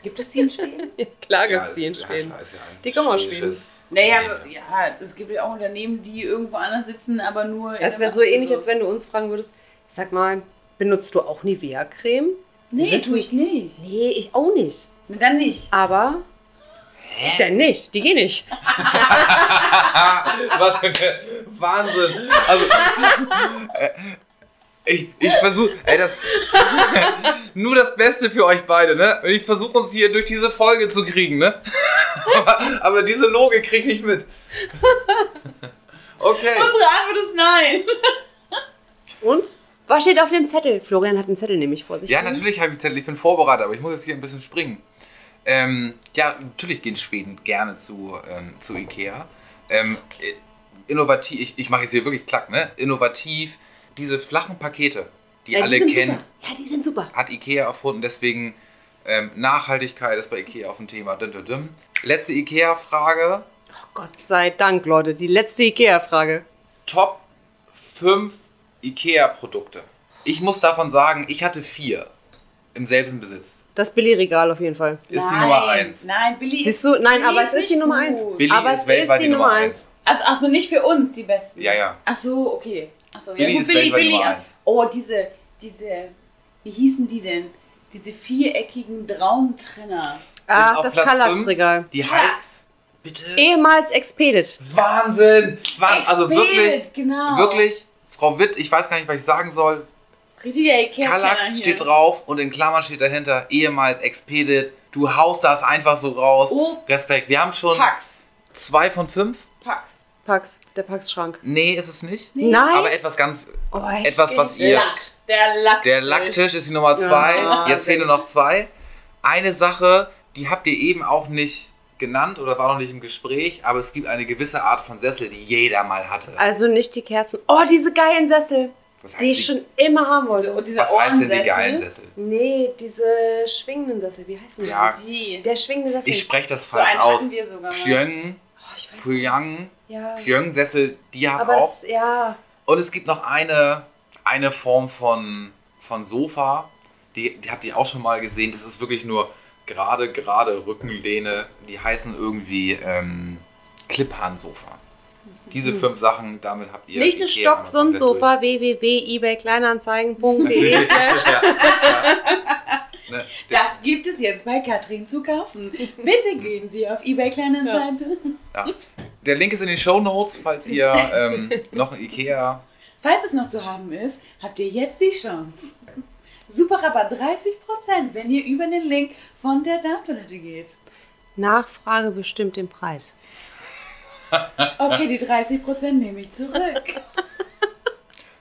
Speaker 2: Gibt es die in Schweden?
Speaker 1: Ja, klar gibt
Speaker 3: Ja,
Speaker 1: es die in
Speaker 3: ist- ja,
Speaker 1: Schweden.
Speaker 3: klar, ist ja ein
Speaker 1: Die kommen aus
Speaker 3: schwedisches-
Speaker 2: Naja, ja, es gibt ja auch Unternehmen, die irgendwo anders sitzen, aber nur. in Also
Speaker 1: Das wäre
Speaker 2: einem-
Speaker 1: so ähnlich, als wenn du uns fragen würdest, sag mal, benutzt du auch Nivea-Creme?
Speaker 2: Nee, tue ich nicht.
Speaker 1: Nee, ich auch nicht.
Speaker 2: Dann nicht.
Speaker 1: Aber
Speaker 3: Hä?
Speaker 1: Denn nicht, die gehen nicht.
Speaker 3: Was für ein Wahnsinn. Also, äh, ich ich versuche, ey, das, nur das Beste für euch beide, ne? Ich versuche uns hier durch diese Folge zu kriegen, ne? Aber, aber diese Logik krieg ich nicht mit. Okay.
Speaker 2: Unsere Antwort ist nein.
Speaker 1: Und? Was steht auf dem Zettel? Florian hat einen Zettel nämlich vor sich.
Speaker 3: Ja,
Speaker 1: liegen.
Speaker 3: natürlich habe ich Zettel, ich bin vorbereitet, aber ich muss jetzt hier ein bisschen springen. Ähm, ja, natürlich gehen Schweden gerne zu, ähm, zu Ikea. Ähm, äh, Innovativ, ich, ich mache jetzt hier wirklich klack, ne? Innovativ, diese flachen Pakete, die
Speaker 1: Ja, die
Speaker 3: alle
Speaker 1: sind
Speaker 3: kennen,
Speaker 1: Super. Ja, die sind super.
Speaker 3: hat Ikea erfunden, deswegen ähm, Nachhaltigkeit ist bei Ikea auf dem Thema. Dün, dün, dün. Letzte Ikea-Frage,
Speaker 1: Oh, Gott sei Dank, Leute. Die letzte Ikea-Frage.
Speaker 3: Top 5 Ikea-Produkte. Ich muss davon sagen, ich hatte vier im selben Besitz.
Speaker 1: Das Billy-Regal auf jeden Fall.
Speaker 3: Ist die
Speaker 2: Nein,
Speaker 3: Nummer eins.
Speaker 2: Nein, Billy.
Speaker 1: Siehst du? Nein,
Speaker 2: Billy
Speaker 1: aber es ist die
Speaker 2: nicht
Speaker 1: Nummer
Speaker 2: gut.
Speaker 1: eins.
Speaker 3: Billy
Speaker 1: Aber es
Speaker 3: ist weltweit
Speaker 1: ist die
Speaker 3: die Nummer
Speaker 1: Nummer
Speaker 3: 1.
Speaker 2: Also, ach so, nicht für uns die besten.
Speaker 3: Ja, ja.
Speaker 2: Ach so, okay. Ach so,
Speaker 3: Billy
Speaker 2: ja,
Speaker 3: ist
Speaker 2: gut, Billy,
Speaker 3: weltweit
Speaker 2: Billy.
Speaker 3: Nummer
Speaker 2: ja.
Speaker 3: eins.
Speaker 2: Oh, diese, diese, wie hießen die denn? Diese viereckigen Traumtrenner.
Speaker 1: Ach,
Speaker 3: auf
Speaker 1: das
Speaker 3: Platz
Speaker 1: Kallax-Regal.
Speaker 3: Die heißt
Speaker 2: Krass.
Speaker 3: bitte
Speaker 1: Ehemals Expedit.
Speaker 3: Wahnsinn, Wahnsinn. Also
Speaker 2: Expedit,
Speaker 3: wirklich,
Speaker 2: genau.
Speaker 3: wirklich, Frau Witt, ich weiß gar nicht, was ich sagen soll.
Speaker 2: Richtiger Ikea.
Speaker 3: Kallax steht drauf und in Klammern steht dahinter ehemals Expedit. Du haust das einfach so raus.
Speaker 2: Oh,
Speaker 3: Respekt. Wir haben schon
Speaker 2: Pax.
Speaker 3: zwei von fünf.
Speaker 2: Pax.
Speaker 1: Pax, der Pax-Schrank.
Speaker 3: Nee, ist es nicht.
Speaker 2: Nee.
Speaker 1: Nein!
Speaker 3: Hm. Aber etwas ganz.
Speaker 1: oh, echt?
Speaker 3: Etwas, was ihr.
Speaker 2: Lack. Der Lacktisch.
Speaker 3: Der Lacktisch ist die Nummer zwei.
Speaker 1: Ja,
Speaker 3: Jetzt
Speaker 1: sehr
Speaker 3: fehlen nur
Speaker 1: gut.
Speaker 3: noch zwei. Eine Sache, die habt ihr eben auch nicht genannt oder war noch nicht im Gespräch, aber es gibt eine gewisse Art von Sessel, die jeder mal hatte.
Speaker 1: Also nicht die Kerzen. Oh, diese geilen Sessel,
Speaker 3: Was
Speaker 1: die ich schon immer haben
Speaker 2: Diese,
Speaker 1: wollte.
Speaker 2: Also, und dieser
Speaker 3: was heißt denn die geilen
Speaker 2: Ohrensessel.
Speaker 3: Sessel?
Speaker 1: Nee, diese schwingenden Sessel. Wie heißen die?
Speaker 3: Ja.
Speaker 2: Die.
Speaker 1: Der schwingende Sessel.
Speaker 3: Ich spreche das
Speaker 2: So
Speaker 3: falsch
Speaker 2: einen
Speaker 3: aus.
Speaker 2: hatten wir sogar mal.
Speaker 3: Pyong,
Speaker 1: oh, ich weiß nicht.
Speaker 3: Pyong,
Speaker 1: Ja.
Speaker 3: Pyong-Sessel, die hat
Speaker 1: Aber
Speaker 3: auch.
Speaker 1: es, ja.
Speaker 3: Und es gibt noch eine, eine Form von, von Sofa, die, die habt ihr auch schon mal gesehen. Das ist wirklich nur gerade, gerade Rückenlehne. Die heißen irgendwie ähm, Clip-Hahn-Sofa. Diese
Speaker 1: Mhm.
Speaker 3: fünf Sachen, damit habt ihr.
Speaker 1: Lichte
Speaker 3: Ikea
Speaker 1: Stock,
Speaker 3: komplett
Speaker 1: Sundsofa, e www.ebay-kleinanzeigen.de.
Speaker 3: durch. Natürlich. ja. Ja. Ne, das-
Speaker 2: Das gibt es jetzt bei Katrin zu kaufen. Bitte gehen Sie auf eBay Kleinanzeigen.
Speaker 3: Der Link ist in den Show Notes, falls ihr ähm, noch ein Ikea.
Speaker 2: Falls es noch zu haben ist, habt ihr jetzt die Chance. Super Rabatt 30%, wenn ihr über den Link von der Darmtoilette geht.
Speaker 1: Nachfrage bestimmt den Preis.
Speaker 2: Okay, die 30% nehme ich zurück.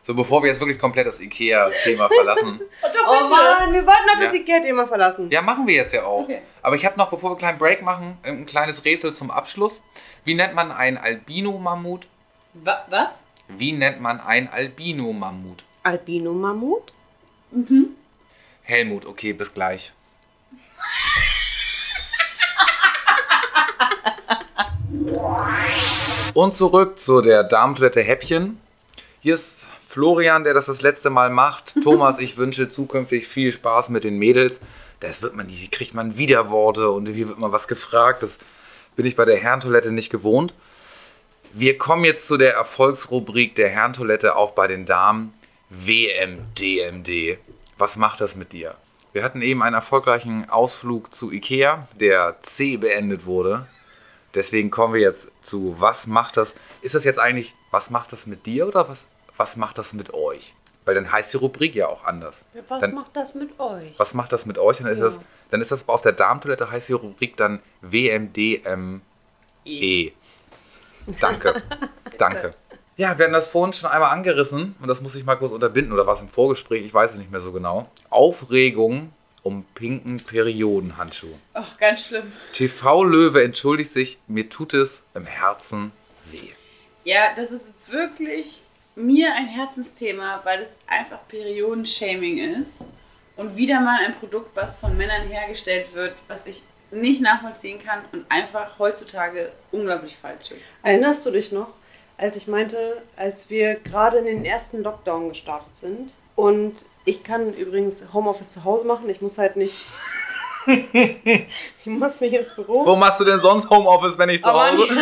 Speaker 3: So, bevor wir jetzt wirklich komplett das Ikea-Thema verlassen.
Speaker 2: Und
Speaker 1: Oh Mann, wir wollten doch das
Speaker 3: Ja.
Speaker 1: Ikea-Thema verlassen.
Speaker 3: Ja, machen wir jetzt ja auch.
Speaker 2: Okay.
Speaker 3: Aber ich habe noch, bevor wir einen kleinen Break machen, ein kleines Rätsel zum Abschluss. Wie nennt man einen Albino-Mammut?
Speaker 2: Wa was?
Speaker 3: Wie nennt man einen Albino-Mammut?
Speaker 1: Albino-Mammut?
Speaker 2: Mhm.
Speaker 3: Helmut, okay, bis gleich. Und zurück zu der Darmtoilette Häppchen. Hier ist Florian, der das das letzte Mal macht. Thomas, ich wünsche zukünftig viel Spaß mit den Mädels. Das wird man, hier kriegt man Widerworte und hier wird man was gefragt. Das bin ich bei der Herrentoilette nicht gewohnt. Wir kommen jetzt zu der Erfolgsrubrik der Herrentoilette auch bei den Damen. WMDMD. Was macht das mit dir? Wir hatten eben einen erfolgreichen Ausflug zu Ikea, der C beendet wurde. Deswegen kommen wir jetzt zu Was macht das? Ist das jetzt eigentlich Was macht das mit dir oder was, was macht das mit euch? Weil dann heißt die Rubrik ja auch anders.
Speaker 1: Was
Speaker 3: Dann-
Speaker 1: macht das mit euch?
Speaker 3: Was macht das mit euch? Dann ist,
Speaker 1: Ja.
Speaker 3: das, dann ist das auf der Darmtoilette heißt die Rubrik dann WMDME. E. Danke. Danke. Ja, wir hatten das vorhin schon einmal angerissen und das muss ich mal kurz unterbinden oder was im Vorgespräch, ich weiß es nicht mehr so genau. Aufregung um pinken Periodenhandschuh.
Speaker 2: Ach, ganz schlimm.
Speaker 3: TV Löwe entschuldigt sich, mir tut es im Herzen weh.
Speaker 2: Ja, das ist wirklich mir ein Herzensthema, weil es einfach Periodenshaming ist. Und wieder mal ein Produkt, was von Männern hergestellt wird, was ich nicht nachvollziehen kann und einfach heutzutage unglaublich falsch ist.
Speaker 1: Erinnerst du dich noch, als ich meinte, als wir gerade in den ersten Lockdown gestartet sind? Und ich kann übrigens Homeoffice zu Hause machen. Ich muss halt nicht. ich muss nicht ins Büro.
Speaker 3: Wo machst du denn sonst Homeoffice, wenn ich zu
Speaker 1: Aber
Speaker 3: Hause?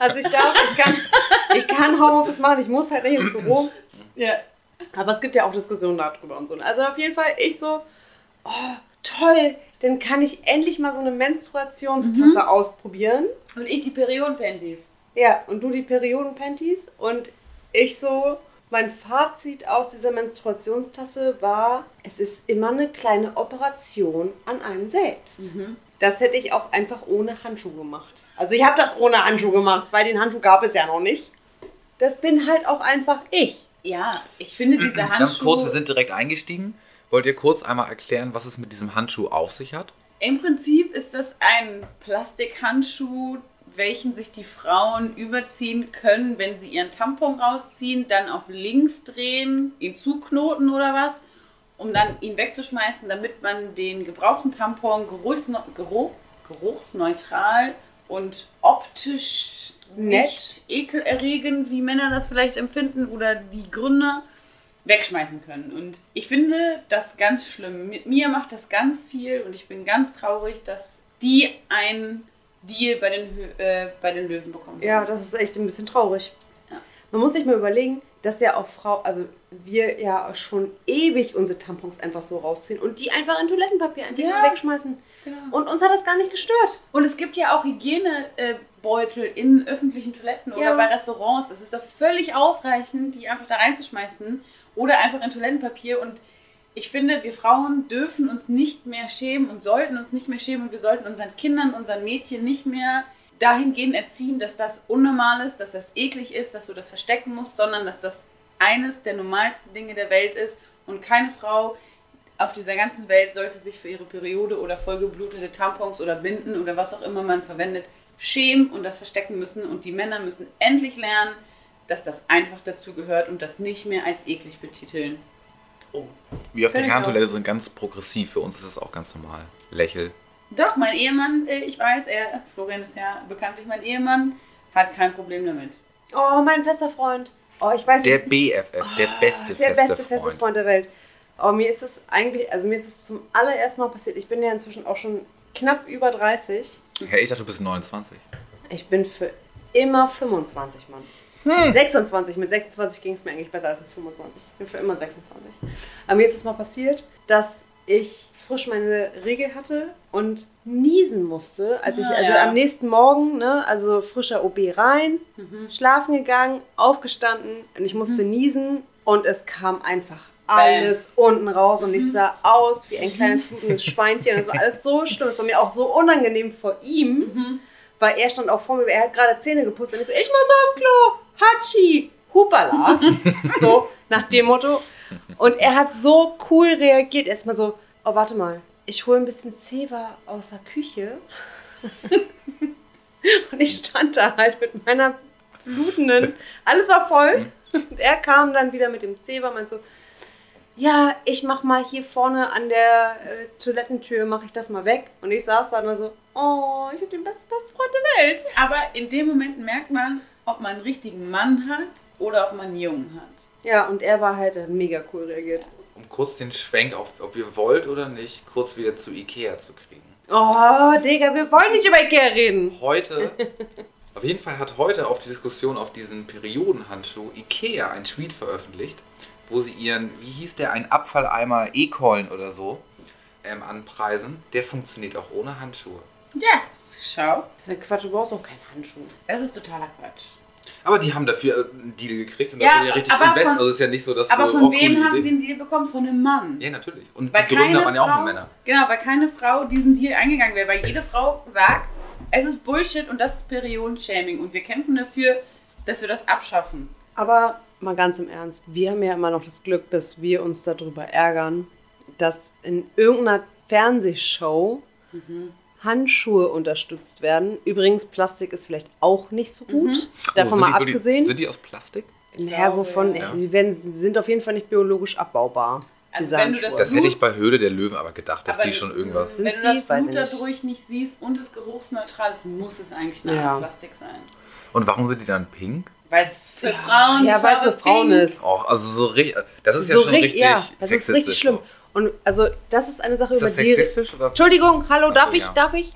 Speaker 1: Also ich darf, ich kann, ich kann Homeoffice machen. Ich muss halt nicht ins Büro.
Speaker 2: Ja,
Speaker 1: Aber es gibt ja auch Diskussionen darüber und so. Also auf jeden Fall, ich so, oh, toll, dann kann ich endlich mal so eine Menstruationstasse
Speaker 2: Mhm.
Speaker 1: ausprobieren.
Speaker 2: Und ich die Periodenpanties.
Speaker 1: Ja, und du die Periodenpanties. Und ich so, mein Fazit aus dieser Menstruationstasse war, es ist immer eine kleine Operation an einem selbst. Das hätte ich auch einfach ohne Handschuh gemacht. Also ich habe das ohne Handschuh gemacht, weil den Handschuh gab es ja noch nicht. Das bin halt auch einfach ich.
Speaker 2: Ja, ich finde diese Handschuhe.
Speaker 3: Mhm, Ganz kurz, wir sind direkt eingestiegen. Wollt ihr kurz einmal erklären, was es mit diesem Handschuh auf sich hat?
Speaker 2: Im Prinzip ist das ein Plastikhandschuh, welchen sich die Frauen überziehen können, wenn sie ihren Tampon rausziehen, dann auf links drehen, ihn zuknoten oder was, um dann ihn wegzuschmeißen, damit man den gebrauchten Tampon geruchsne Geruch geruchsneutral und optisch
Speaker 1: Nett.
Speaker 2: nicht ekelerregend, wie Männer das vielleicht empfinden oder die Gründer wegschmeißen können. Und ich finde das ganz schlimm. Mit mir macht das ganz viel und ich bin ganz traurig, dass die einen Deal bei den, Hö- äh, bei den Löwen bekommen.
Speaker 1: Ja,
Speaker 2: haben.
Speaker 1: das ist echt ein bisschen traurig.
Speaker 2: Ja.
Speaker 1: Man muss sich mal überlegen, dass ja auch Frau, also wir ja schon ewig unsere Tampons einfach so rausziehen und die einfach in Toilettenpapier einfach
Speaker 2: Ja.
Speaker 1: mal wegschmeißen.
Speaker 2: genau. und,
Speaker 1: Und uns hat das gar nicht gestört.
Speaker 2: und es gibt ja auch Hygienebeutel in öffentlichen Toiletten
Speaker 1: Ja.
Speaker 2: oder bei Restaurants. Es ist doch völlig ausreichend, die einfach da reinzuschmeißen. Oder einfach in Toilettenpapier. Und ich finde, wir Frauen dürfen uns nicht mehr schämen und sollten uns nicht mehr schämen. Und wir sollten unseren Kindern, unseren Mädchen nicht mehr dahingehend erziehen, dass das unnormal ist, dass das eklig ist, dass du das verstecken musst, sondern dass das eines der normalsten Dinge der Welt ist. Und keine Frau auf dieser ganzen Welt sollte sich für ihre Periode oder vollgeblutete Tampons oder Binden oder was auch immer man verwendet, schämen und das verstecken müssen. Und die Männer müssen endlich lernen, dass das einfach dazu gehört und das nicht mehr als eklig betiteln.
Speaker 3: Oh. Wir auf der
Speaker 1: Völlig
Speaker 3: Herrentoilette sind ganz progressiv. Für uns ist das auch ganz normal. Lächel.
Speaker 2: Doch, mein Ehemann, äh, ich weiß, er, Florian ist ja bekanntlich mein Ehemann, hat kein Problem damit.
Speaker 1: Oh, mein bester Freund. Oh, ich weiß
Speaker 3: Der
Speaker 1: nicht.
Speaker 3: BFF, der beste
Speaker 1: Ah, der
Speaker 3: feste
Speaker 1: beste feste
Speaker 3: Freund.
Speaker 1: Freund der Welt. Oh, mir ist es eigentlich, also mir ist es zum allerersten Mal passiert. Ich bin ja inzwischen auch schon knapp über 30.
Speaker 3: Hey, ich dachte, du bist 29.
Speaker 1: Ich bin für immer 25, Mann. 26, mit 26 ging es mir eigentlich besser als mit 25. Ich bin für immer 26. Aber mir ist es mal passiert, dass ich frisch meine Regel hatte und niesen musste. Als ich,
Speaker 2: Ah,
Speaker 1: also
Speaker 2: ja.
Speaker 1: am nächsten Morgen, ne, also frischer OB rein,
Speaker 2: Mhm.
Speaker 1: schlafen gegangen, aufgestanden und ich musste niesen und es kam einfach
Speaker 2: Bam.
Speaker 1: alles unten raus und ich sah aus wie ein kleines blutendes Schweinchen. Das war alles so schlimm. Es war mir auch so unangenehm vor ihm, weil er stand auch vor mir, er hat gerade Zähne geputzt und ich so, ich muss auf Klo, Hatschi, Hupala. so, nach dem Motto. Und er hat so cool reagiert. Erstmal so, oh, warte mal, ich hole ein bisschen Zewa aus der Küche. und ich stand da halt mit meiner blutenden, alles war voll. Und er kam dann wieder mit dem Zewa und meinte so, ja, ich mach mal hier vorne an der äh, Toilettentür, mache ich das mal weg. Und ich saß da und war so, oh, ich habe den besten, besten Freund der Welt.
Speaker 2: Aber in dem Moment merkt man, ob man einen richtigen Mann hat oder ob man einen Jungen hat.
Speaker 1: Ja, und er war halt er hat mega cool reagiert.
Speaker 3: Um kurz den Schwenk, auf, ob ihr wollt oder nicht, kurz wieder zu Ikea zu kriegen.
Speaker 1: Oh, Digga, wir wollen nicht über Ikea reden.
Speaker 3: Heute, auf jeden Fall hat heute auf die Diskussion auf diesen Periodenhandschuh Ikea einen Tweet veröffentlicht, wo sie ihren, wie hieß der, einen Abfalleimer E-Coin oder so ähm, anpreisen. Der funktioniert auch ohne Handschuhe.
Speaker 2: Ja, schau.
Speaker 1: Das ist ja Quatsch, du brauchst auch keine Handschuhe.
Speaker 2: Das ist totaler Quatsch.
Speaker 3: Aber die haben dafür äh, einen Deal gekriegt und
Speaker 2: Ja,
Speaker 3: da sind ja richtig
Speaker 2: aber
Speaker 3: invest.
Speaker 2: von-
Speaker 3: also es ist ja nicht so, dass
Speaker 2: Aber
Speaker 3: du,
Speaker 2: von
Speaker 3: oh,
Speaker 2: wem
Speaker 3: coole
Speaker 2: haben
Speaker 3: Idee.
Speaker 2: sie einen Deal bekommen? Von einem Mann.
Speaker 3: Ja, natürlich. Und
Speaker 2: Weil
Speaker 3: die Gründer
Speaker 2: keine
Speaker 3: waren ja auch
Speaker 2: Frau-
Speaker 3: nur Männer.
Speaker 2: Genau, weil keine Frau diesen Deal eingegangen wäre, weil jede Frau sagt, es ist Bullshit und das ist Periodenshaming und wir kämpfen dafür, dass wir das abschaffen.
Speaker 1: Aber mal ganz im Ernst, wir haben ja immer noch das Glück, dass wir uns darüber ärgern, dass in irgendeiner Fernsehshow Handschuhe unterstützt werden. Übrigens, Plastik ist vielleicht auch nicht so gut.
Speaker 3: Oh,
Speaker 1: Davon
Speaker 3: sind
Speaker 1: mal
Speaker 3: die,
Speaker 1: abgesehen.
Speaker 3: Sind die aus Plastik?
Speaker 1: naja, wovon
Speaker 2: Ja.
Speaker 1: sie werden, sind auf jeden Fall nicht biologisch abbaubar.
Speaker 2: Also
Speaker 1: diese
Speaker 2: wenn du das
Speaker 1: Handschuhe.
Speaker 3: Das hätte ich bei Höhle der Löwen aber gedacht, dass
Speaker 2: Aber
Speaker 3: die schon irgendwas.
Speaker 1: Sind
Speaker 2: Wenn du
Speaker 1: sie?
Speaker 2: das
Speaker 1: Weiß
Speaker 2: Blut
Speaker 1: ich nicht.
Speaker 2: dadurch nicht siehst und es geruchsneutral ist, muss es eigentlich eine
Speaker 1: Ja.
Speaker 2: Art Plastik sein.
Speaker 3: Und warum sind die dann pink?
Speaker 2: Weil es für Frauen
Speaker 1: ja, weil es für
Speaker 2: Farbe
Speaker 1: Frauen
Speaker 2: pink-
Speaker 1: ist.
Speaker 3: Auch, also so richtig. Das ist ja schon
Speaker 1: ri-
Speaker 3: richtig
Speaker 1: ja, das ist
Speaker 3: sexistisch.
Speaker 1: richtig schlimm.
Speaker 3: So.
Speaker 1: Und also, das ist eine Sache,
Speaker 3: Ist
Speaker 1: über
Speaker 3: das
Speaker 1: die.
Speaker 3: sexistisch oder?
Speaker 1: Entschuldigung, hallo,
Speaker 3: Ach so,
Speaker 1: darf ich,
Speaker 3: ja.
Speaker 1: darf ich?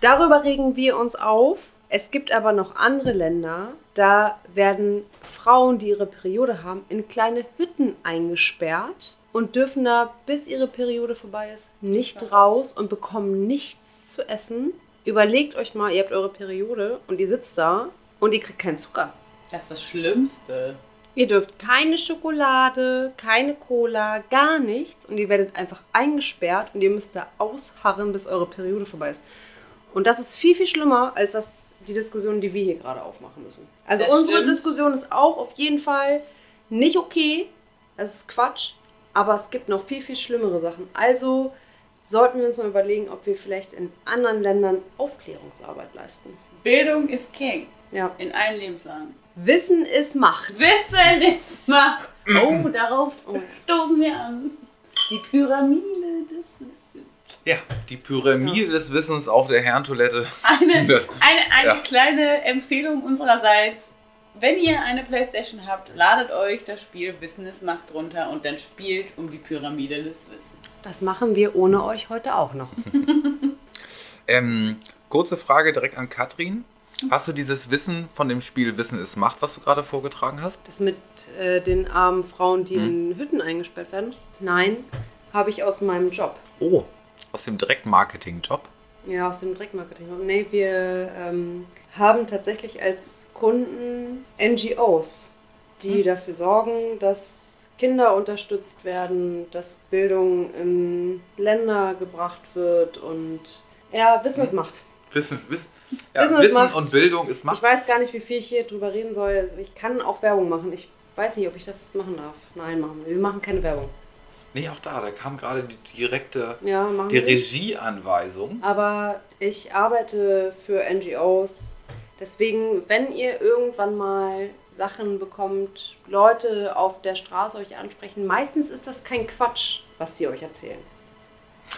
Speaker 1: Darüber regen wir uns auf. Es gibt aber noch andere Länder, da werden Frauen, die ihre Periode haben, in kleine Hütten eingesperrt und dürfen da, bis ihre Periode vorbei ist, nicht
Speaker 2: Krass.
Speaker 1: raus und bekommen nichts zu essen. Überlegt euch mal, ihr habt eure Periode und ihr sitzt da und ihr kriegt keinen Zucker.
Speaker 2: Das ist das Schlimmste.
Speaker 1: Ihr dürft keine Schokolade, keine Cola, gar nichts und ihr werdet einfach eingesperrt und ihr müsst da ausharren, bis eure Periode vorbei ist. Und das ist viel, viel schlimmer als das, die Diskussion, die wir hier gerade aufmachen müssen. Also
Speaker 2: Das
Speaker 1: unsere
Speaker 2: stimmt.
Speaker 1: Diskussion ist auch auf jeden Fall nicht okay. Das ist Quatsch. Aber es gibt noch viel, viel schlimmere Sachen. Also sollten wir uns mal überlegen, ob wir vielleicht in anderen Ländern Aufklärungsarbeit leisten.
Speaker 2: Bildung ist King
Speaker 1: Ja.
Speaker 2: in allen Lebenslagen.
Speaker 1: Wissen ist Macht.
Speaker 2: Wissen ist Macht. Oh, darauf stoßen wir an. Die Pyramide des Wissens.
Speaker 3: Ja, die Pyramide des Wissens auf der Herrentoilette.
Speaker 2: Eine, eine, eine
Speaker 3: Ja.
Speaker 2: kleine Empfehlung unsererseits. Wenn ihr eine Playstation habt, ladet euch das Spiel Wissen ist Macht runter und dann spielt um die Pyramide des Wissens.
Speaker 1: Das machen wir ohne euch heute auch noch.
Speaker 3: Ähm, kurze Frage direkt an Katrin. Hast du dieses Wissen von dem Spiel Wissen ist Macht, was du gerade vorgetragen hast?
Speaker 1: Das mit äh, den armen Frauen, die
Speaker 3: Hm?
Speaker 1: in Hütten eingesperrt werden? Nein, habe ich aus meinem Job.
Speaker 3: Oh, aus dem Direktmarketing-Job.
Speaker 1: Ja, aus dem Direktmarketing. Nee, wir ähm, haben
Speaker 3: Hm?
Speaker 1: tatsächlich als Kunden NGOs, die dafür sorgen, dass Kinder unterstützt werden, dass Bildung in Länder gebracht wird und ja, Wissen es macht.
Speaker 3: Wissen, wissen, ja,
Speaker 1: Wissen ist
Speaker 3: Wissen,
Speaker 1: Macht.
Speaker 3: und Bildung ist
Speaker 1: Ich
Speaker 3: Hm? Macht.
Speaker 1: weiß gar nicht, wie viel ich hier drüber reden soll. Also Ich kann auch Werbung machen. Ich weiß nicht, ob ich das machen darf. Nein, machen wir. Wir machen keine Werbung.
Speaker 3: Nee, auch da, da kam gerade die direkte
Speaker 1: Ja, machen
Speaker 3: die
Speaker 1: wir nicht.
Speaker 3: Regieanweisung.
Speaker 1: Aber ich arbeite für NGOs. Deswegen, wenn ihr irgendwann mal Sachen bekommt, Leute auf der Straße euch ansprechen, meistens ist das kein Quatsch, was die euch erzählen.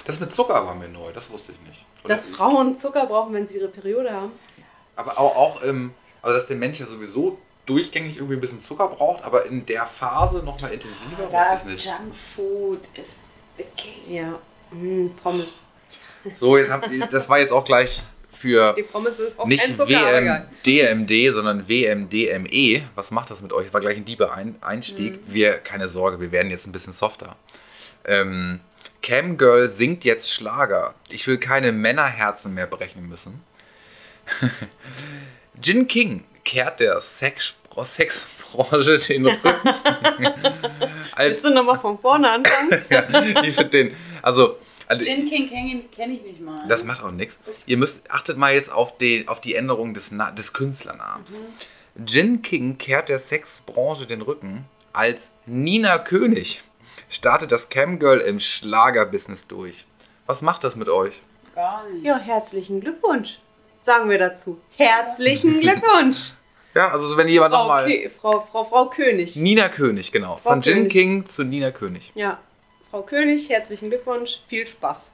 Speaker 3: Das mit Zucker war mir neu, das wusste ich nicht. Oder
Speaker 1: Dass
Speaker 3: ich-
Speaker 1: Frauen Zucker brauchen, wenn sie ihre Periode haben.
Speaker 3: Aber auch, auch im, also dass der Mensch ja sowieso durchgängig irgendwie ein bisschen Zucker braucht, aber in der Phase nochmal intensiver,
Speaker 2: Das
Speaker 3: wusste ich nicht.
Speaker 2: Junkfood ist the king.
Speaker 1: Ja, hm, Pommes.
Speaker 3: So, jetzt hab, das war jetzt auch gleich für
Speaker 1: Die Pommes sind auch kein
Speaker 3: nicht ähm,
Speaker 1: Zucker, aber
Speaker 3: WM,
Speaker 1: egal.
Speaker 3: DMD, sondern WMDME. E. Was macht das mit euch? War gleich ein lieber ein Einstieg. Wir, keine Sorge, wir werden jetzt ein bisschen softer. Ähm, Camgirl singt jetzt Schlager. Ich will keine Männerherzen mehr brechen müssen. Jin King kehrt der Sex Sexbranche den Rücken. Als
Speaker 1: Willst du nochmal von vorne anfangen?
Speaker 3: ich find den, also, also
Speaker 2: Gin King kenne kenn ich nicht mal.
Speaker 3: das macht auch nichts. Ihr müsst, achtet mal jetzt auf die, auf die Änderung des, Na des Künstlernamens. Jin King kehrt der Sexbranche den Rücken. Als Nina König startet das Camgirl im Schlagerbusiness durch. Was macht das mit euch?
Speaker 2: gar nicht.
Speaker 1: ja, herzlichen Glückwunsch, sagen wir dazu. Herzlichen Glückwunsch.
Speaker 3: Ja, also wenn jemand
Speaker 1: Frau,
Speaker 3: nochmal...
Speaker 1: Kö- Frau, Frau, Frau König.
Speaker 3: Nina König, genau.
Speaker 1: Frau
Speaker 3: Von Jin
Speaker 1: König.
Speaker 3: King zu Nina König.
Speaker 1: Ja, Frau König, herzlichen Glückwunsch, viel Spaß.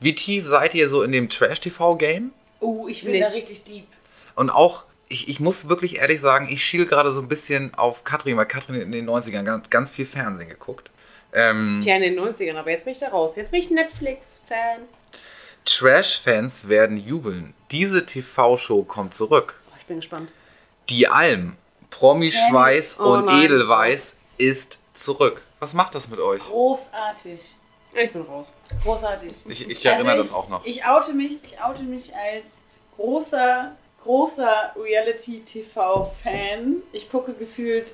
Speaker 3: Wie tief seid ihr so in dem Trash-TV-Game?
Speaker 2: Oh, ich bin
Speaker 1: Nicht.
Speaker 2: da richtig deep.
Speaker 3: Und auch, ich, ich muss wirklich ehrlich sagen, ich schiel gerade so ein bisschen auf Katrin, weil Katrin in den 90ern ganz, ganz viel Fernsehen geguckt. Ähm,
Speaker 1: Tja, in den 90ern, aber jetzt bin ich da raus. Jetzt bin ich Netflix-Fan.
Speaker 3: Trash-Fans werden jubeln. Diese TV-Show kommt zurück.
Speaker 1: Oh, ich bin gespannt.
Speaker 3: Die Alm, Promischweiß
Speaker 1: Dennis, oh
Speaker 3: und
Speaker 1: nein.
Speaker 3: Edelweiß ist zurück. Was macht das mit euch?
Speaker 2: Großartig.
Speaker 1: Ich bin raus.
Speaker 2: Großartig.
Speaker 3: Ich, ich erinnere
Speaker 2: Also
Speaker 3: das auch noch.
Speaker 2: Ich oute mich, ich oute mich als großer, großer Reality-TV-Fan. Ich gucke gefühlt,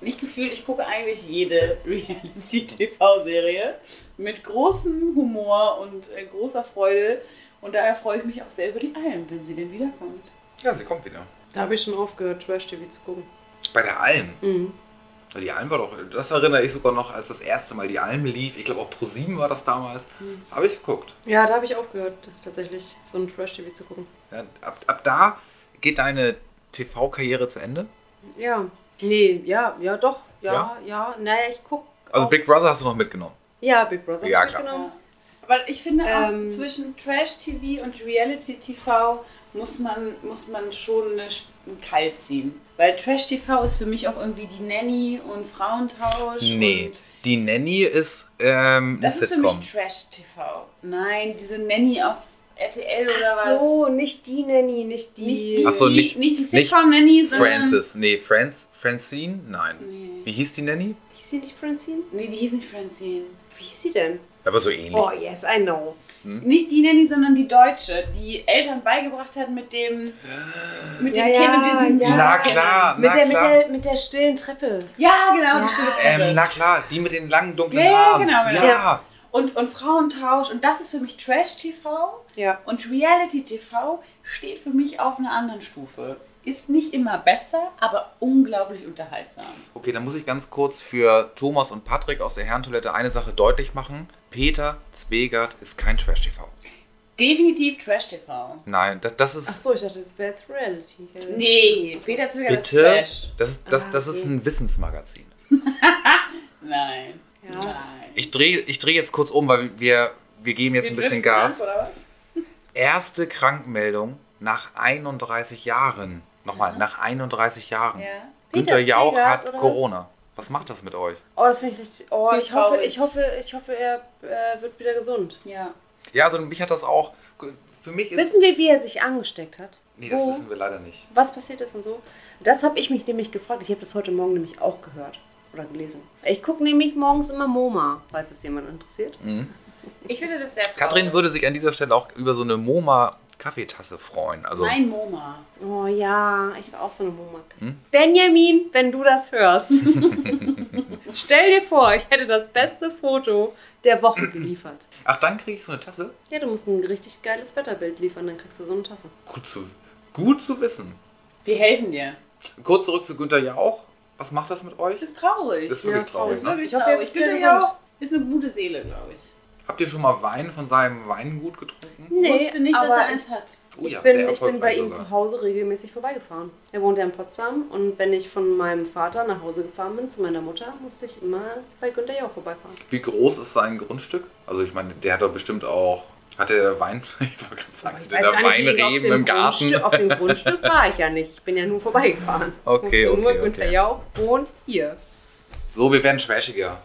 Speaker 2: nicht gefühlt, ich gucke eigentlich jede Reality-TV-Serie mit großem Humor und äh, großer Freude. Und daher freue ich mich auch sehr über die Alm, wenn sie denn wiederkommt.
Speaker 3: ja, sie kommt wieder.
Speaker 1: Da habe ich schon aufgehört, Trash-TV zu gucken.
Speaker 3: Bei der Alm.
Speaker 1: Mhm.
Speaker 3: Weil Die Alm war doch, das erinnere ich sogar noch, als das erste Mal die Alm lief. Ich glaube auch ProSieben war das damals.
Speaker 2: Mhm.
Speaker 3: Habe ich geguckt.
Speaker 1: Ja, da habe ich aufgehört, tatsächlich, so ein Trash-TV zu gucken.
Speaker 3: Ja, ab, ab da geht deine TV-Karriere zu Ende.
Speaker 1: Ja. Nee, ja, ja, doch. Ja, ja. Naja, ich gucke.
Speaker 2: Oh.
Speaker 3: Also Big Brother hast du noch mitgenommen.
Speaker 1: Ja, Big Brother.
Speaker 3: Ja,
Speaker 1: hab ich
Speaker 3: klar.
Speaker 1: genommen.
Speaker 2: Aber ich finde auch,
Speaker 1: Ähm.
Speaker 2: zwischen Trash-TV und Reality-TV muss man, muss man schon eine, Sch- einen Kalt ziehen. Weil Trash-TV ist für mich auch irgendwie die Nanny und Frauentausch.
Speaker 3: Nee,
Speaker 2: Und
Speaker 3: die Nanny ist ähm, eine
Speaker 2: das ist für
Speaker 3: Sitcom.
Speaker 2: mich Trash-TV. Nein, diese Nanny auf RTL oder
Speaker 1: Ach
Speaker 2: was.
Speaker 1: so, nicht die Nanny, nicht die.
Speaker 2: Nicht die,
Speaker 3: Ach so,
Speaker 2: nicht,
Speaker 3: nicht-
Speaker 2: nicht die Sitcom-Nanny, sondern...
Speaker 3: Francis, nee, Franz, Francine? Nein.
Speaker 2: Nee.
Speaker 3: Wie hieß die Nanny?
Speaker 1: Hieß sie nicht Francine?
Speaker 2: Nee, die hieß nicht Francine.
Speaker 1: Wie hieß sie denn?
Speaker 3: Aber so ähnlich.
Speaker 1: Oh, yes, I know.
Speaker 3: Hm?
Speaker 2: Nicht die Nanny, sondern die Deutsche, die Eltern beigebracht hat mit dem, mit
Speaker 1: Ja,
Speaker 2: dem Kind
Speaker 1: ja,
Speaker 2: und diesem
Speaker 1: ja.
Speaker 3: na klar,
Speaker 1: Mit
Speaker 3: na
Speaker 1: der, mit,
Speaker 3: klar.
Speaker 1: der, mit der stillen Treppe.
Speaker 2: Ja, genau, die stille Treppe.
Speaker 3: ähm, na klar, die mit den langen dunklen
Speaker 2: Ja, ja,
Speaker 3: Haaren.
Speaker 2: genau, genau.
Speaker 3: Ja.
Speaker 2: und, und Frauentausch. Und das ist für mich Trash-TV.
Speaker 1: Ja.
Speaker 2: Und Reality-TV steht für mich auf einer anderen Stufe. Ist nicht immer besser, aber unglaublich unterhaltsam.
Speaker 3: Okay, dann muss ich ganz kurz für Thomas und Patrick aus der Herrentoilette eine Sache deutlich machen. Peter Zwegert ist kein Trash-TV.
Speaker 2: Definitiv Trash-TV.
Speaker 3: Nein, das, das ist.
Speaker 1: Ach so, ich dachte, das wäre jetzt Reality.
Speaker 2: Nee, Peter Zwiller ist
Speaker 3: Bitte?
Speaker 2: Trash.
Speaker 3: Das, ist- das,
Speaker 1: Ah,
Speaker 3: das ist
Speaker 1: okay.
Speaker 3: ein Wissensmagazin.
Speaker 2: Nein.
Speaker 1: Ja.
Speaker 2: Nein.
Speaker 3: Ich drehe ich dreh jetzt kurz um, weil wir, wir geben jetzt
Speaker 2: Wir
Speaker 3: ein
Speaker 2: driften
Speaker 3: bisschen
Speaker 2: ne? ab,
Speaker 3: Gas.
Speaker 2: Oder was?
Speaker 3: Erste Krankmeldung nach 31 Jahren. Nochmal, nach 31 Jahren.
Speaker 2: Ja.
Speaker 3: Günter
Speaker 1: Peter
Speaker 3: Jauch
Speaker 1: Zwegert
Speaker 3: hat
Speaker 1: oder was?
Speaker 3: Corona. Was macht das mit euch?
Speaker 1: Oh, das finde ich richtig. Oh,
Speaker 2: Das find ich
Speaker 1: ich hoffe,
Speaker 2: traurig.
Speaker 1: ich hoffe, ich hoffe, er äh, wird wieder gesund.
Speaker 2: Ja.
Speaker 3: Ja, also mich hat das auch. Für mich ist.
Speaker 1: Wissen wir, wie er sich angesteckt hat?
Speaker 3: nee, das
Speaker 1: Wo?
Speaker 3: wissen wir leider nicht.
Speaker 1: Was passiert ist und so? Das habe ich mich nämlich gefragt. Ich habe das heute Morgen nämlich auch gehört oder gelesen. Ich gucke nämlich morgens immer MoMA, falls es jemand interessiert.
Speaker 3: Mhm.
Speaker 2: Ich finde das sehr traurig.
Speaker 1: Äh.
Speaker 3: Katrin würde sich an dieser Stelle auch über so eine MoMA-Kaffeetasse freuen. Also,
Speaker 2: Mein Moma.
Speaker 1: Oh ja, ich war auch so eine MoMA.
Speaker 3: Hm?
Speaker 1: Benjamin, wenn du das hörst, Stell dir vor, ich hätte das beste Foto der Woche geliefert.
Speaker 3: Ach, dann kriege ich so eine Tasse?
Speaker 1: Ja, du musst ein richtig geiles Wetterbild liefern, dann kriegst du so eine Tasse.
Speaker 3: Gut zu, gut zu wissen.
Speaker 2: Wir helfen dir.
Speaker 3: Kurz zurück zu Günther Jauch. Was macht das mit euch?
Speaker 2: Das ist traurig.
Speaker 3: Das ist
Speaker 1: Ja,
Speaker 3: wirklich
Speaker 1: ist
Speaker 3: traurig.
Speaker 2: ist
Speaker 3: Ne?
Speaker 2: wirklich
Speaker 1: Ich hoffe, ihr
Speaker 2: traurig. Günther
Speaker 1: habt gesund.
Speaker 2: Jauch ist eine gute Seele, glaube ich.
Speaker 3: Habt ihr schon mal Wein von seinem Weingut getrunken?
Speaker 2: Ich wusste nicht, dass
Speaker 1: aber
Speaker 2: er
Speaker 1: ich-
Speaker 2: eins hat.
Speaker 3: Oh ja,
Speaker 1: ich bin,
Speaker 3: sehr
Speaker 1: ich bin bei
Speaker 3: erfolgreich
Speaker 1: ihm
Speaker 3: sogar.
Speaker 1: zu Hause regelmäßig vorbeigefahren. Er wohnt ja in Potsdam und wenn ich von meinem Vater nach Hause gefahren bin zu meiner Mutter, musste ich immer bei Günther Jauch vorbeifahren.
Speaker 3: Wie groß ist sein Grundstück? Also ich meine, der hat doch bestimmt auch. Hat der Wein? Ich wollte gerade sagen,
Speaker 1: Ich
Speaker 3: der
Speaker 1: weiß gar nicht, wie ich auf
Speaker 3: Weinreben
Speaker 1: dem
Speaker 3: im Garten.
Speaker 1: Grundstück- Auf dem Grundstück war ich ja nicht. Ich bin ja nur vorbeigefahren.
Speaker 3: Okay,
Speaker 1: Wusste nur
Speaker 3: okay,
Speaker 1: Günther
Speaker 3: okay.
Speaker 1: Jauch wohnt hier.
Speaker 3: So, wir werden trashiger.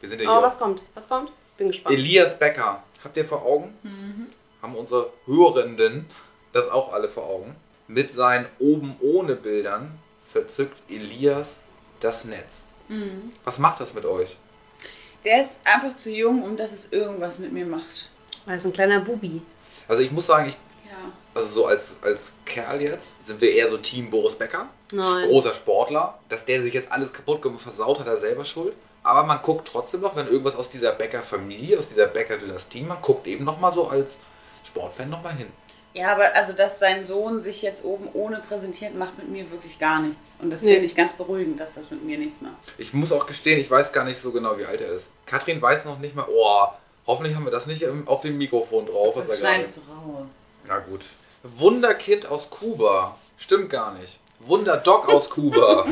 Speaker 3: Wir sind ja
Speaker 1: Oh,
Speaker 3: hier.
Speaker 1: was kommt? Was kommt? Bin gespannt.
Speaker 3: Elias Becker. Habt ihr vor Augen?
Speaker 1: Mhm.
Speaker 3: Haben unsere Hörenden das auch alle vor Augen? Mit seinen oben ohne Bildern verzückt Elias das Netz. Was macht das mit euch?
Speaker 2: Der ist einfach zu jung, um dass es irgendwas mit mir macht.
Speaker 1: Das ist ein kleiner Bubi.
Speaker 3: Also ich muss sagen, ich,
Speaker 2: Ja.
Speaker 3: also so als, als Kerl jetzt, sind wir eher so Team Boris Becker.
Speaker 1: Nein.
Speaker 3: Großer Sportler. Dass der sich jetzt alles kaputt gemacht versaut, hat er selber schuld. Aber man guckt trotzdem noch, wenn irgendwas aus dieser Becker-Familie, aus dieser Becker-Dynastie, man guckt eben nochmal so als Sportfan nochmal hin.
Speaker 2: Ja, aber also, dass sein Sohn sich jetzt oben ohne präsentiert, macht mit mir wirklich gar nichts. Und das
Speaker 1: Nee.
Speaker 2: finde ich ganz beruhigend, dass das mit mir nichts macht.
Speaker 3: Ich muss auch gestehen, ich weiß gar nicht so genau, wie alt er ist. Katrin weiß noch nicht mal, oh, hoffentlich haben wir das nicht im- auf dem Mikrofon drauf. Was
Speaker 2: Das
Speaker 3: er gerade...
Speaker 2: schneidest du raus.
Speaker 3: Na gut. Wunderkind aus Kuba. Stimmt gar nicht. Wunderdoc aus Kuba.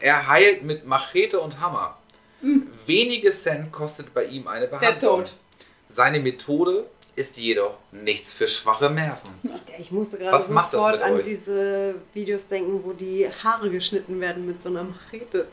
Speaker 3: er heilt mit Machete und Hammer. Wenige Cent kostet bei ihm eine Behandlung.
Speaker 2: Hm. Tod.
Speaker 3: Seine Methode ist jedoch nichts für schwache Nerven.
Speaker 1: Ja, Ich musste gerade
Speaker 3: Was macht das
Speaker 1: sofort
Speaker 3: mit
Speaker 1: an
Speaker 3: euch?
Speaker 1: diese Videos denken, wo die Haare geschnitten werden mit so einer Machete.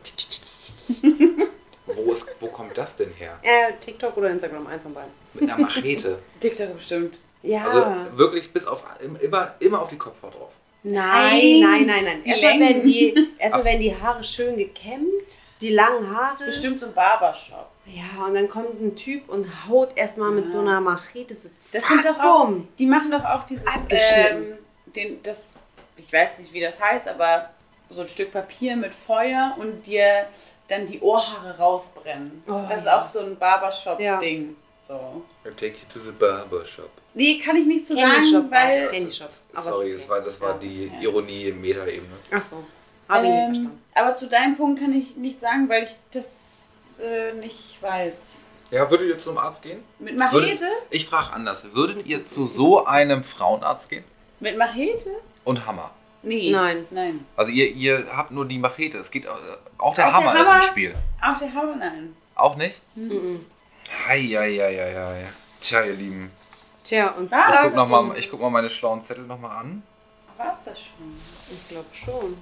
Speaker 3: Wo, ist, wo kommt das denn her?
Speaker 1: Äh, TikTok oder Instagram, eins von beiden.
Speaker 3: Mit einer Machete.
Speaker 2: TikTok bestimmt.
Speaker 1: Ja.
Speaker 3: Also wirklich bis auf immer, immer auf die Kopfhaut drauf.
Speaker 1: nein, nein, nein, nein.
Speaker 2: Die
Speaker 1: Erstmal
Speaker 2: Längen.
Speaker 1: werden die, erstmal
Speaker 3: Ach.
Speaker 1: werden die Haare schön gekämmt, die langen Haare.
Speaker 2: Bestimmt so ein Barbershop.
Speaker 1: Ja, und dann kommt ein Typ und haut erstmal
Speaker 2: Ja.
Speaker 1: mit so einer Machete. So
Speaker 2: Das
Speaker 1: zack,
Speaker 2: sind doch auch-
Speaker 1: bumm.
Speaker 2: Die machen doch auch dieses,
Speaker 1: Abgeschnitten.
Speaker 2: ähm, den, das, ich weiß nicht, wie das heißt, aber so ein Stück Papier mit Feuer und dir dann die Ohrhaare rausbrennen.
Speaker 1: Oh,
Speaker 2: das ist
Speaker 1: ja.
Speaker 2: auch so ein Barbershop-Ding. So.
Speaker 3: I take you to the barbershop.
Speaker 2: Nee, kann ich nicht zu
Speaker 1: Handyshop war's.
Speaker 2: sagen, weil...
Speaker 1: Handyshop. Aber
Speaker 3: Sorry,
Speaker 1: ist
Speaker 3: das war, das war
Speaker 2: Ja,
Speaker 3: die
Speaker 2: ist okay.
Speaker 3: Ironie im Metaebene.
Speaker 1: Ach so, habe ich nicht
Speaker 2: Ähm,
Speaker 1: verstanden.
Speaker 2: aber zu deinem Punkt kann ich nicht sagen, weil ich das äh, nicht weiß.
Speaker 3: Ja, würdet ihr zum Arzt gehen?
Speaker 2: Mit Machete?
Speaker 3: Ich frage anders. Würdet ihr zu so einem Frauenarzt gehen?
Speaker 2: Mit Machete?
Speaker 3: Und Hammer.
Speaker 2: Nee.
Speaker 1: Nein.
Speaker 2: Nein.
Speaker 3: Also ihr, ihr habt nur die Machete. Es geht äh, auch der
Speaker 2: Auch der
Speaker 3: Hammer,
Speaker 2: Hammer?
Speaker 3: ist im Spiel.
Speaker 2: Auch der Hammer, nein.
Speaker 3: Auch nicht?
Speaker 1: Mhm.
Speaker 3: Heieieiei. Tja, ihr Lieben.
Speaker 1: Tja, und
Speaker 2: Was?
Speaker 3: Ich
Speaker 1: zack.
Speaker 3: guck, noch mal, ich guck mal meine schlauen Zettel nochmal an.
Speaker 2: War es das schon?
Speaker 1: Ich glaube schon.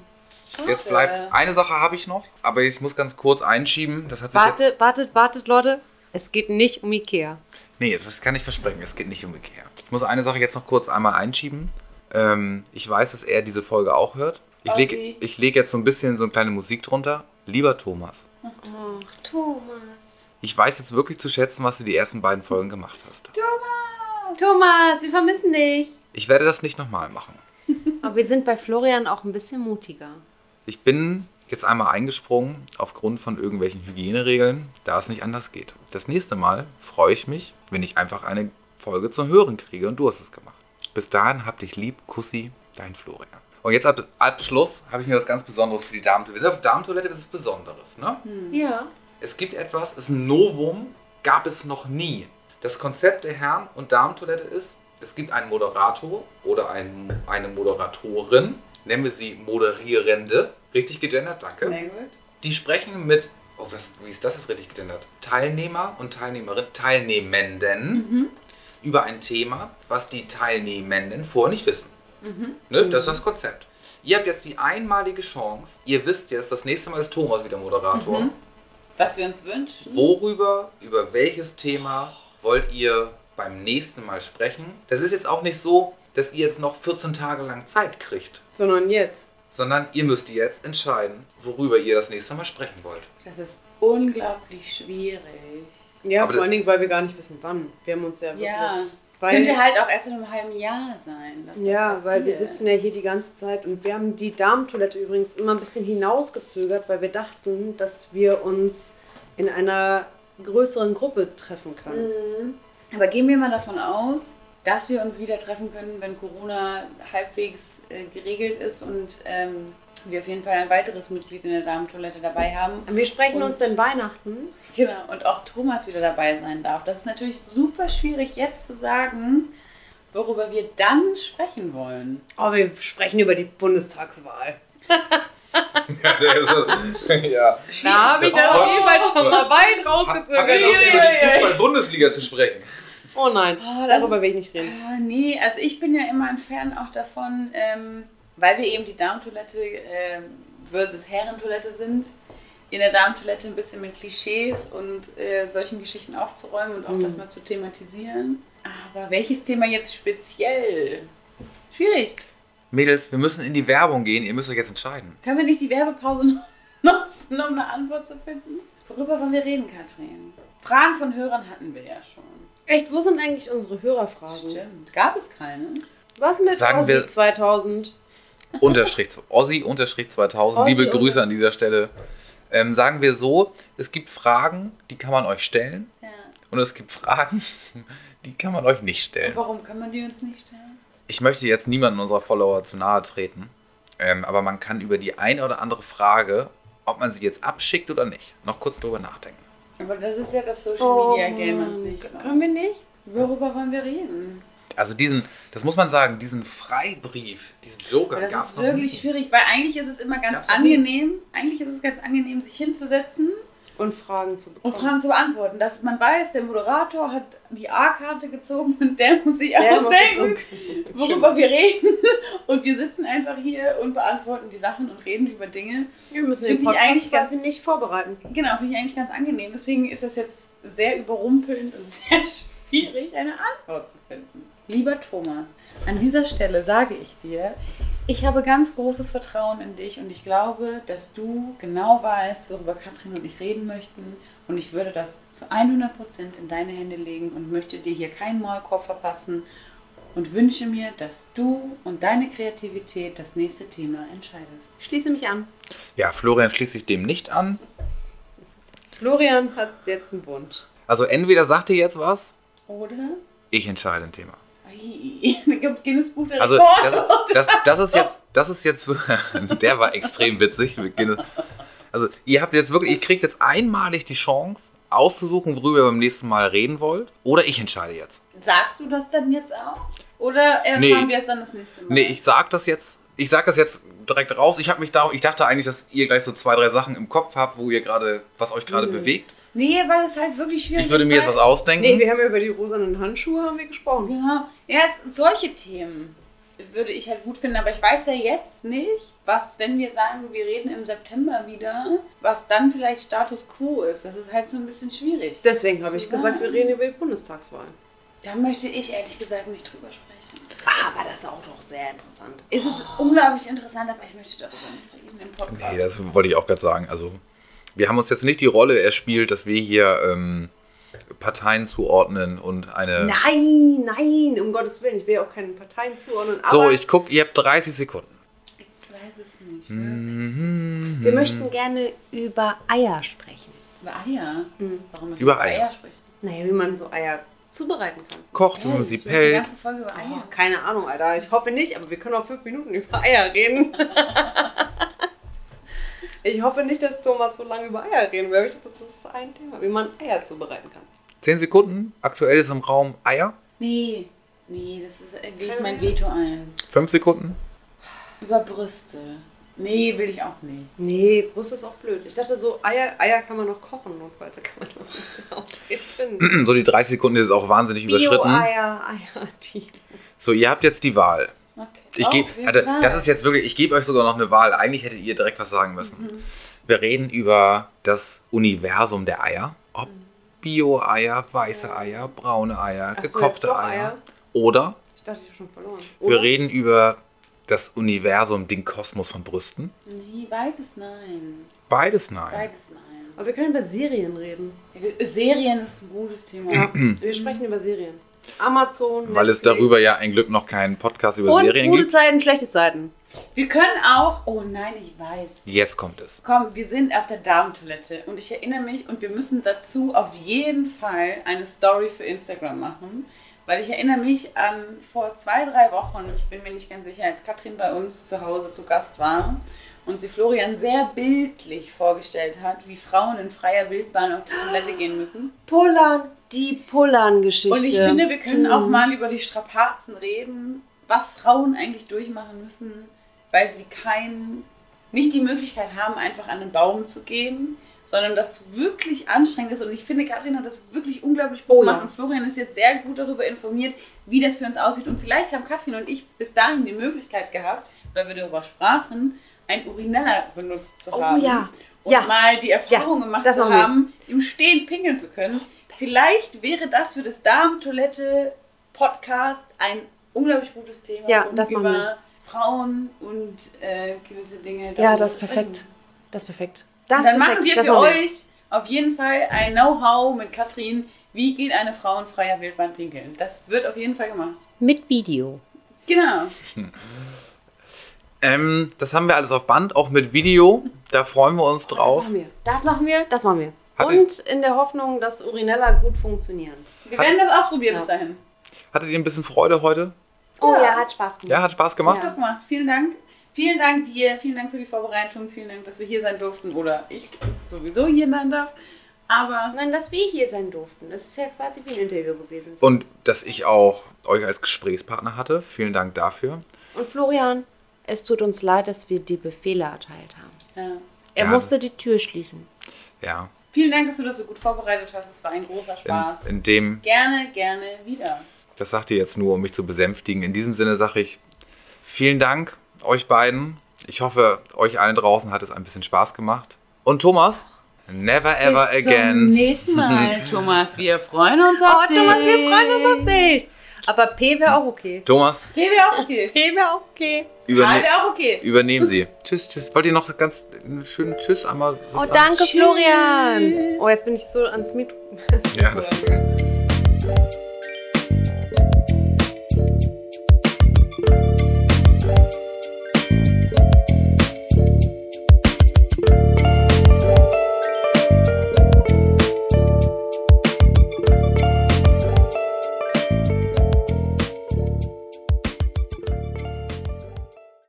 Speaker 2: Schade.
Speaker 3: Jetzt bleibt eine Sache habe ich noch, aber ich muss ganz kurz einschieben. Das hat sich jetzt
Speaker 1: Wartet, wartet, wartet, Leute. Es geht nicht um Ikea.
Speaker 3: Nee, das kann ich versprechen. Es geht nicht um Ikea. Ich muss eine Sache jetzt noch kurz einmal einschieben. Ähm, ich weiß, dass er diese Folge auch hört. Ich lege
Speaker 2: Ossi.
Speaker 3: ich leg jetzt so ein bisschen so eine kleine Musik drunter. Lieber Thomas,
Speaker 1: Ach, Thomas.
Speaker 3: ich weiß jetzt wirklich zu schätzen, was du die ersten beiden Folgen gemacht hast.
Speaker 1: Thomas, wir vermissen dich.
Speaker 3: Ich werde das nicht nochmal machen.
Speaker 1: Aber wir sind bei Florian auch ein bisschen mutiger.
Speaker 3: Ich bin jetzt einmal eingesprungen aufgrund von irgendwelchen Hygieneregeln, da es nicht anders geht. Das nächste Mal freue ich mich, wenn ich einfach eine Folge zum Hören kriege und du hast es gemacht. Bis dahin hab dich lieb, Kussi, dein Florian. Und jetzt ab, ab Schluss habe ich mir was ganz Besonderes für die Damentoilette. Wir sind auf der Damentoilette, das ist Besonderes, ne?
Speaker 1: Ja.
Speaker 3: Es gibt etwas, es ist ein Novum, gab es noch nie. Das Konzept der Herren- und Damentoilette ist, es gibt einen Moderator oder ein, eine Moderatorin, nennen wir sie Moderierende. Richtig gegendert, danke.
Speaker 2: Sehr gut.
Speaker 3: Die sprechen mit, oh, was, wie ist das jetzt richtig geändert? Teilnehmer und Teilnehmerinnen, Teilnehmenden
Speaker 2: Mhm.
Speaker 3: über ein Thema, was die Teilnehmenden vorher nicht wissen.
Speaker 2: Mhm.
Speaker 3: Ne? Das ist das Konzept. Ihr habt jetzt die einmalige Chance, ihr wisst jetzt, das nächste Mal ist Thomas wieder Moderator.
Speaker 2: Mhm. Was wir uns wünschen.
Speaker 3: Worüber, über welches Thema wollt ihr beim nächsten Mal sprechen? Das ist jetzt auch nicht so, dass ihr jetzt noch 14 Tage lang Zeit kriegt,
Speaker 1: Sondern jetzt.
Speaker 3: sondern ihr müsst jetzt entscheiden, worüber ihr das nächste Mal sprechen wollt.
Speaker 2: Das ist unglaublich schwierig.
Speaker 1: Ja,
Speaker 3: Aber
Speaker 1: vor
Speaker 3: das-
Speaker 1: allen Dingen, weil wir gar nicht wissen, wann. Wir haben uns ja wirklich.
Speaker 2: Ja. Das könnte halt auch erst in einem halben Jahr sein. dass das
Speaker 1: ja, weil wir
Speaker 2: passiert.
Speaker 1: sitzen ja hier die ganze Zeit und wir haben die Damentoilette übrigens immer ein bisschen hinausgezögert, weil wir dachten, dass wir uns in einer größeren Gruppe treffen können.
Speaker 2: Mhm. Aber gehen wir mal davon aus, dass wir uns wieder treffen können, wenn Corona halbwegs äh, geregelt ist und ähm, wir auf jeden Fall ein weiteres Mitglied in der Damentoilette dabei haben.
Speaker 1: Wir sprechen
Speaker 2: Und-
Speaker 1: uns dann Weihnachten.
Speaker 2: Genau. Und auch Thomas wieder dabei sein darf. Das ist natürlich super schwierig jetzt zu sagen, worüber wir dann sprechen wollen.
Speaker 1: Oh, wir sprechen über die Bundestagswahl.
Speaker 3: ja.
Speaker 1: Da habe ich
Speaker 3: Ja.
Speaker 1: dann auf jeden Fall schon mal weit
Speaker 3: Haben wir Lust, über
Speaker 1: rausgezögert.
Speaker 3: die Fußball-Bundesliga zu sprechen?
Speaker 1: Oh nein,
Speaker 2: Oh, das
Speaker 1: darüber
Speaker 2: ist-
Speaker 1: will ich nicht reden.
Speaker 2: Ah, nee, also ich bin ja immer ein Fan auch davon, ähm, weil wir eben die Damentoilette ähm, versus Herrentoilette sind, in der Damentoilette ein bisschen mit Klischees und äh, solchen Geschichten aufzuräumen und auch
Speaker 1: Mhm.
Speaker 2: das mal zu thematisieren. Aber welches Thema jetzt speziell? Schwierig.
Speaker 3: Mädels, wir müssen in die Werbung gehen. Ihr müsst euch jetzt entscheiden.
Speaker 2: Können wir nicht die Werbepause noch nutzen, um eine Antwort zu finden? Worüber wollen wir reden, Katrin? Fragen von Hörern hatten wir ja schon.
Speaker 1: Echt, wo sind eigentlich unsere Hörerfragen?
Speaker 2: Stimmt. Gab es keine?
Speaker 1: Was mit
Speaker 3: Sagen
Speaker 1: Ossi
Speaker 3: wir-
Speaker 1: 2000?
Speaker 3: Unterstrich, Ossi Unterstrich 2000.
Speaker 1: Ossi
Speaker 3: Liebe
Speaker 1: unter-
Speaker 3: Grüße an dieser Stelle. Ähm, sagen wir so, es gibt Fragen, die kann man euch stellen.
Speaker 2: Ja.
Speaker 3: Und es gibt Fragen, die kann man euch nicht
Speaker 2: Und
Speaker 3: stellen.
Speaker 2: warum kann man die uns nicht stellen?
Speaker 3: Ich möchte jetzt niemanden unserer Follower zu nahe treten. Ähm, aber man kann über die eine oder andere Frage, ob man sie jetzt abschickt oder nicht, noch kurz drüber nachdenken.
Speaker 2: Aber das ist ja das Social
Speaker 1: Oh,
Speaker 2: Media Game an
Speaker 1: Mann.
Speaker 2: sich. ne?
Speaker 1: Können wir nicht?
Speaker 2: Worüber wollen wir reden?
Speaker 3: Also diesen, das muss man sagen, diesen Freibrief, diesen Joker.
Speaker 2: Aber das
Speaker 3: gab's
Speaker 2: ist
Speaker 3: noch nie.
Speaker 2: wirklich schwierig, weil eigentlich ist es immer ganz
Speaker 3: Gab's noch nie.
Speaker 2: angenehm. Eigentlich ist es ganz angenehm, sich hinzusetzen
Speaker 1: Und Fragen zu bekommen.
Speaker 2: und Fragen zu beantworten. Dass man weiß, der Moderator hat die A-Karte gezogen und der muss sich
Speaker 1: Ja, muss um- ich
Speaker 2: ausdenken,
Speaker 1: drum-
Speaker 2: worüber wir reden. Und wir sitzen einfach hier und beantworten die Sachen und reden über Dinge.
Speaker 1: Wir müssen
Speaker 2: Finde
Speaker 1: den
Speaker 2: ich
Speaker 1: Podcast
Speaker 2: eigentlich ganz-
Speaker 1: quasi nicht vorbereiten.
Speaker 2: Genau, finde ich eigentlich ganz angenehm. Deswegen ist das jetzt sehr überrumpelnd und sehr schwierig, eine Antwort zu finden. Lieber Thomas, an dieser Stelle sage ich dir, ich habe ganz großes Vertrauen in dich und ich glaube, dass du genau weißt, worüber Katrin und ich reden möchten. Und ich würde das zu 100% in deine Hände legen und möchte dir hier keinen Maulkorb verpassen und wünsche mir, dass du und deine Kreativität das nächste Thema entscheidest.
Speaker 1: Ich schließe mich an.
Speaker 3: Ja, Florian schließt sich dem nicht an.
Speaker 1: Florian hat jetzt einen Wunsch.
Speaker 3: Also entweder sagt ihr jetzt was,
Speaker 2: Oder?
Speaker 3: ich entscheide ein Thema.
Speaker 2: Ei, Da gibt Guinness Buch der
Speaker 3: Also
Speaker 2: Rekorde.
Speaker 1: oh,
Speaker 3: das, das, das ist jetzt, das ist jetzt, der war extrem witzig. Wir gehen- Also ihr habt jetzt wirklich, ihr kriegt jetzt einmalig die Chance auszusuchen, worüber ihr beim nächsten Mal reden wollt. Oder ich entscheide jetzt.
Speaker 2: Sagst du das dann jetzt auch? Oder erfahren
Speaker 3: Nee.
Speaker 2: wir es dann das nächste Mal?
Speaker 3: Nee, ich sag das jetzt, ich sag das jetzt direkt raus. Ich habe mich da, ich dachte eigentlich, dass ihr gleich so zwei, drei Sachen im Kopf habt, wo ihr gerade, was euch gerade
Speaker 1: Mhm.
Speaker 3: bewegt.
Speaker 2: Nee, weil es halt wirklich schwierig
Speaker 3: Ich würde
Speaker 2: ist,
Speaker 3: mir jetzt
Speaker 2: weil-
Speaker 3: was ausdenken.
Speaker 1: Nee, wir haben ja über die rosanen Handschuhe haben wir gesprochen.
Speaker 2: Genau. Ja, es, solche Themen würde ich halt gut finden, aber ich weiß ja jetzt nicht, was, wenn wir sagen, wir reden im September wieder, was dann vielleicht Status Quo ist. Das ist halt so ein bisschen schwierig.
Speaker 1: Deswegen habe ich gesagt, wir reden über die Bundestagswahl.
Speaker 2: Da möchte ich ehrlich gesagt nicht drüber sprechen.
Speaker 1: Aber das ist auch doch sehr interessant.
Speaker 2: Es ist unglaublich interessant, aber ich möchte darüber nicht reden im Podcast.
Speaker 3: Nee, das wollte ich auch gerade sagen. Also, wir haben uns jetzt nicht die Rolle erspielt, dass wir hier ähm, Parteien zuordnen und eine.
Speaker 1: Nein, nein, um Gottes Willen. Ich will ja auch keinen Parteien zuordnen.
Speaker 3: so,
Speaker 1: aber
Speaker 3: ich guck, ihr habt 30 Sekunden.
Speaker 2: ich weiß es nicht. ne?
Speaker 3: Mhm.
Speaker 1: wir möchten gerne über Eier sprechen.
Speaker 2: Über Eier? Warum möchte
Speaker 3: Über
Speaker 2: ich
Speaker 3: Eier.
Speaker 2: sprechen?
Speaker 1: Naja, wie man so Eier zubereiten kann.
Speaker 3: Kocht, wie
Speaker 2: Hey,
Speaker 3: man
Speaker 2: ich
Speaker 3: sie
Speaker 2: möchte die
Speaker 3: pellt.
Speaker 2: ganze Folge über
Speaker 1: Oh,
Speaker 2: Eier.
Speaker 1: keine Ahnung, Alter. Ich hoffe nicht, aber wir können auch fünf Minuten über Eier reden. ich hoffe nicht, dass Thomas so lange über Eier reden will. aber Ich glaube, das ist ein Thema, wie man Eier zubereiten kann.
Speaker 3: 10 Sekunden. Aktuell ist im Raum Eier.
Speaker 2: Nee, nee, das ist, äh, lege ich
Speaker 1: Keine
Speaker 2: mein
Speaker 1: Ahnung.
Speaker 2: Veto ein.
Speaker 3: 5 Sekunden.
Speaker 2: Über Brüste. Nee, will ich auch nicht.
Speaker 1: Nee, Brust ist auch blöd. Ich dachte so, Eier, Eier kann man noch kochen, notfalls. Da kann man noch ein bisschen Ausreden finden.
Speaker 3: So, die 30 Sekunden ist jetzt auch wahnsinnig überschritten.
Speaker 1: Bio-Eier, Eier, die.
Speaker 3: So, ihr habt jetzt die Wahl.
Speaker 2: Okay.
Speaker 3: Ich
Speaker 2: Oh,
Speaker 3: gebe,
Speaker 2: wir-
Speaker 3: also,
Speaker 2: ah.
Speaker 3: das ist jetzt wirklich, ich gebe euch sogar noch eine Wahl. Eigentlich hättet ihr direkt was sagen müssen.
Speaker 1: Mhm.
Speaker 3: Wir reden über das Universum der Eier. Ob Bio-Eier, weiße Eier, braune Eier,
Speaker 1: Mhm. Ach so,
Speaker 3: gekochte
Speaker 1: jetzt doch
Speaker 3: Eier.
Speaker 1: Eier?
Speaker 3: Oder
Speaker 1: Ich dachte, ich habe schon verloren.
Speaker 3: wir reden über das Universum, den Kosmos von Brüsten.
Speaker 2: Nee, beides nein.
Speaker 3: Beides nein.
Speaker 2: Beides nein.
Speaker 1: Aber wir können über Serien reden.
Speaker 2: Serien ist ein gutes Thema.
Speaker 1: Wir sprechen über Serien.
Speaker 4: Amazon.
Speaker 3: Weil es darüber ja ein Glück noch keinen Podcast über
Speaker 4: und
Speaker 3: Serien
Speaker 4: gute
Speaker 3: gibt.
Speaker 4: Zeiten, schlechte Zeiten.
Speaker 2: Wir können auch. Oh nein, ich weiß.
Speaker 3: Jetzt kommt es.
Speaker 2: Komm, wir sind auf der Damentoilette und ich erinnere mich und wir müssen dazu auf jeden Fall eine Story für Instagram machen, weil ich erinnere mich an vor zwei, drei Wochen, ich bin mir nicht ganz sicher, als Katrin bei uns zu Hause zu Gast war und sie Florian sehr bildlich vorgestellt hat, wie Frauen in freier Wildbahn auf die Toilette gehen müssen.
Speaker 4: Pullern, die Pullern-Geschichte.
Speaker 2: Und ich finde, wir können
Speaker 4: Hm.
Speaker 2: auch mal über die Strapazen reden, was Frauen eigentlich durchmachen müssen, weil sie kein, nicht die Möglichkeit haben, einfach an den Baum zu gehen, sondern das wirklich anstrengend ist. Und ich finde, Katrin hat das wirklich unglaublich gut
Speaker 4: Oh ja.
Speaker 2: gemacht. Und Florian ist jetzt sehr gut darüber informiert, wie das für uns aussieht. Und vielleicht haben Katrin und ich bis dahin die Möglichkeit gehabt, weil wir darüber sprachen, ein Urinal benutzt zu
Speaker 4: Oh
Speaker 2: haben.
Speaker 4: ja.
Speaker 2: Und
Speaker 4: Ja.
Speaker 2: mal die Erfahrung gemacht
Speaker 4: das
Speaker 2: zu
Speaker 4: machen wir.
Speaker 2: haben, im Stehen pinkeln zu können. Vielleicht wäre das für das Darmtoilette-Podcast ein unglaublich gutes Thema,
Speaker 4: Ja,
Speaker 2: um
Speaker 4: das machen
Speaker 2: über
Speaker 4: wir.
Speaker 2: Frauen und äh, gewisse Dinge
Speaker 4: ja,
Speaker 2: darüber
Speaker 4: das ist
Speaker 2: zu
Speaker 4: perfekt.
Speaker 2: sprechen.
Speaker 4: Das ist perfekt. Das
Speaker 2: und dann
Speaker 4: ist perfekt.
Speaker 2: machen wir
Speaker 4: das
Speaker 2: für euch auf jeden Fall ein Know-how mit Katrin. Wie geht eine Frau in freier Wildbahn pinkeln? Das wird auf jeden Fall gemacht.
Speaker 5: Mit Video.
Speaker 2: Genau.
Speaker 3: Ähm, das haben wir alles auf Band, auch mit Video. Da freuen wir uns
Speaker 4: Das
Speaker 3: drauf.
Speaker 4: machen wir. Das machen wir. Das machen wir.
Speaker 3: Hat
Speaker 4: Und in der Hoffnung, dass Urinella gut funktionieren.
Speaker 2: Wir
Speaker 3: Hat-
Speaker 2: werden das ausprobieren
Speaker 4: Ja.
Speaker 2: bis dahin.
Speaker 3: Hattet ihr ein bisschen Freude heute?
Speaker 4: Oh
Speaker 2: Ja.
Speaker 4: hat Spaß gemacht.
Speaker 3: Ja, hat Spaß
Speaker 2: Ich
Speaker 3: gemacht?
Speaker 2: hab das gemacht. Vielen Dank. Vielen Dank dir, vielen Dank für die Vorbereitung, vielen Dank, dass wir hier sein durften oder ich sowieso hier sein darf. Aber
Speaker 4: Nein, dass wir hier sein durften. Das ist ja quasi wie ein Interview gewesen. für
Speaker 3: Und
Speaker 4: uns.
Speaker 3: dass ich auch euch als Gesprächspartner hatte. Vielen Dank dafür.
Speaker 4: Und Florian, es tut uns leid, dass wir dir Befehle erteilt haben.
Speaker 2: ja.
Speaker 5: Er
Speaker 3: Ja.
Speaker 5: musste die Tür schließen.
Speaker 3: Ja,
Speaker 2: vielen Dank, dass du das so gut vorbereitet hast. Es war ein großer
Speaker 3: in,
Speaker 2: Spaß.
Speaker 3: in dem,
Speaker 2: gerne, gerne wieder.
Speaker 3: das sagt ihr jetzt nur, um mich zu besänftigen. In diesem Sinne sage ich vielen Dank euch beiden. Ich hoffe, euch allen draußen hat es ein bisschen Spaß gemacht. Und Thomas, never ever
Speaker 2: Bis Zum
Speaker 3: again.
Speaker 2: nächsten Mal, Thomas. Wir freuen uns auf
Speaker 4: Oh,
Speaker 2: dich.
Speaker 4: auf dich. Aber P wäre auch okay.
Speaker 3: Thomas,
Speaker 2: Nee, wäre auch okay.
Speaker 4: P wäre auch okay.
Speaker 2: Ah,
Speaker 3: überne
Speaker 2: wäre auch okay.
Speaker 3: übernehmen Sie. Tschüss, tschüss. Wollt ihr noch ganz einen schönen Tschüss einmal? was
Speaker 4: Oh,
Speaker 3: sagen?
Speaker 4: danke, Florian. Oh, jetzt bin ich so ans Mikro.
Speaker 3: Ja, das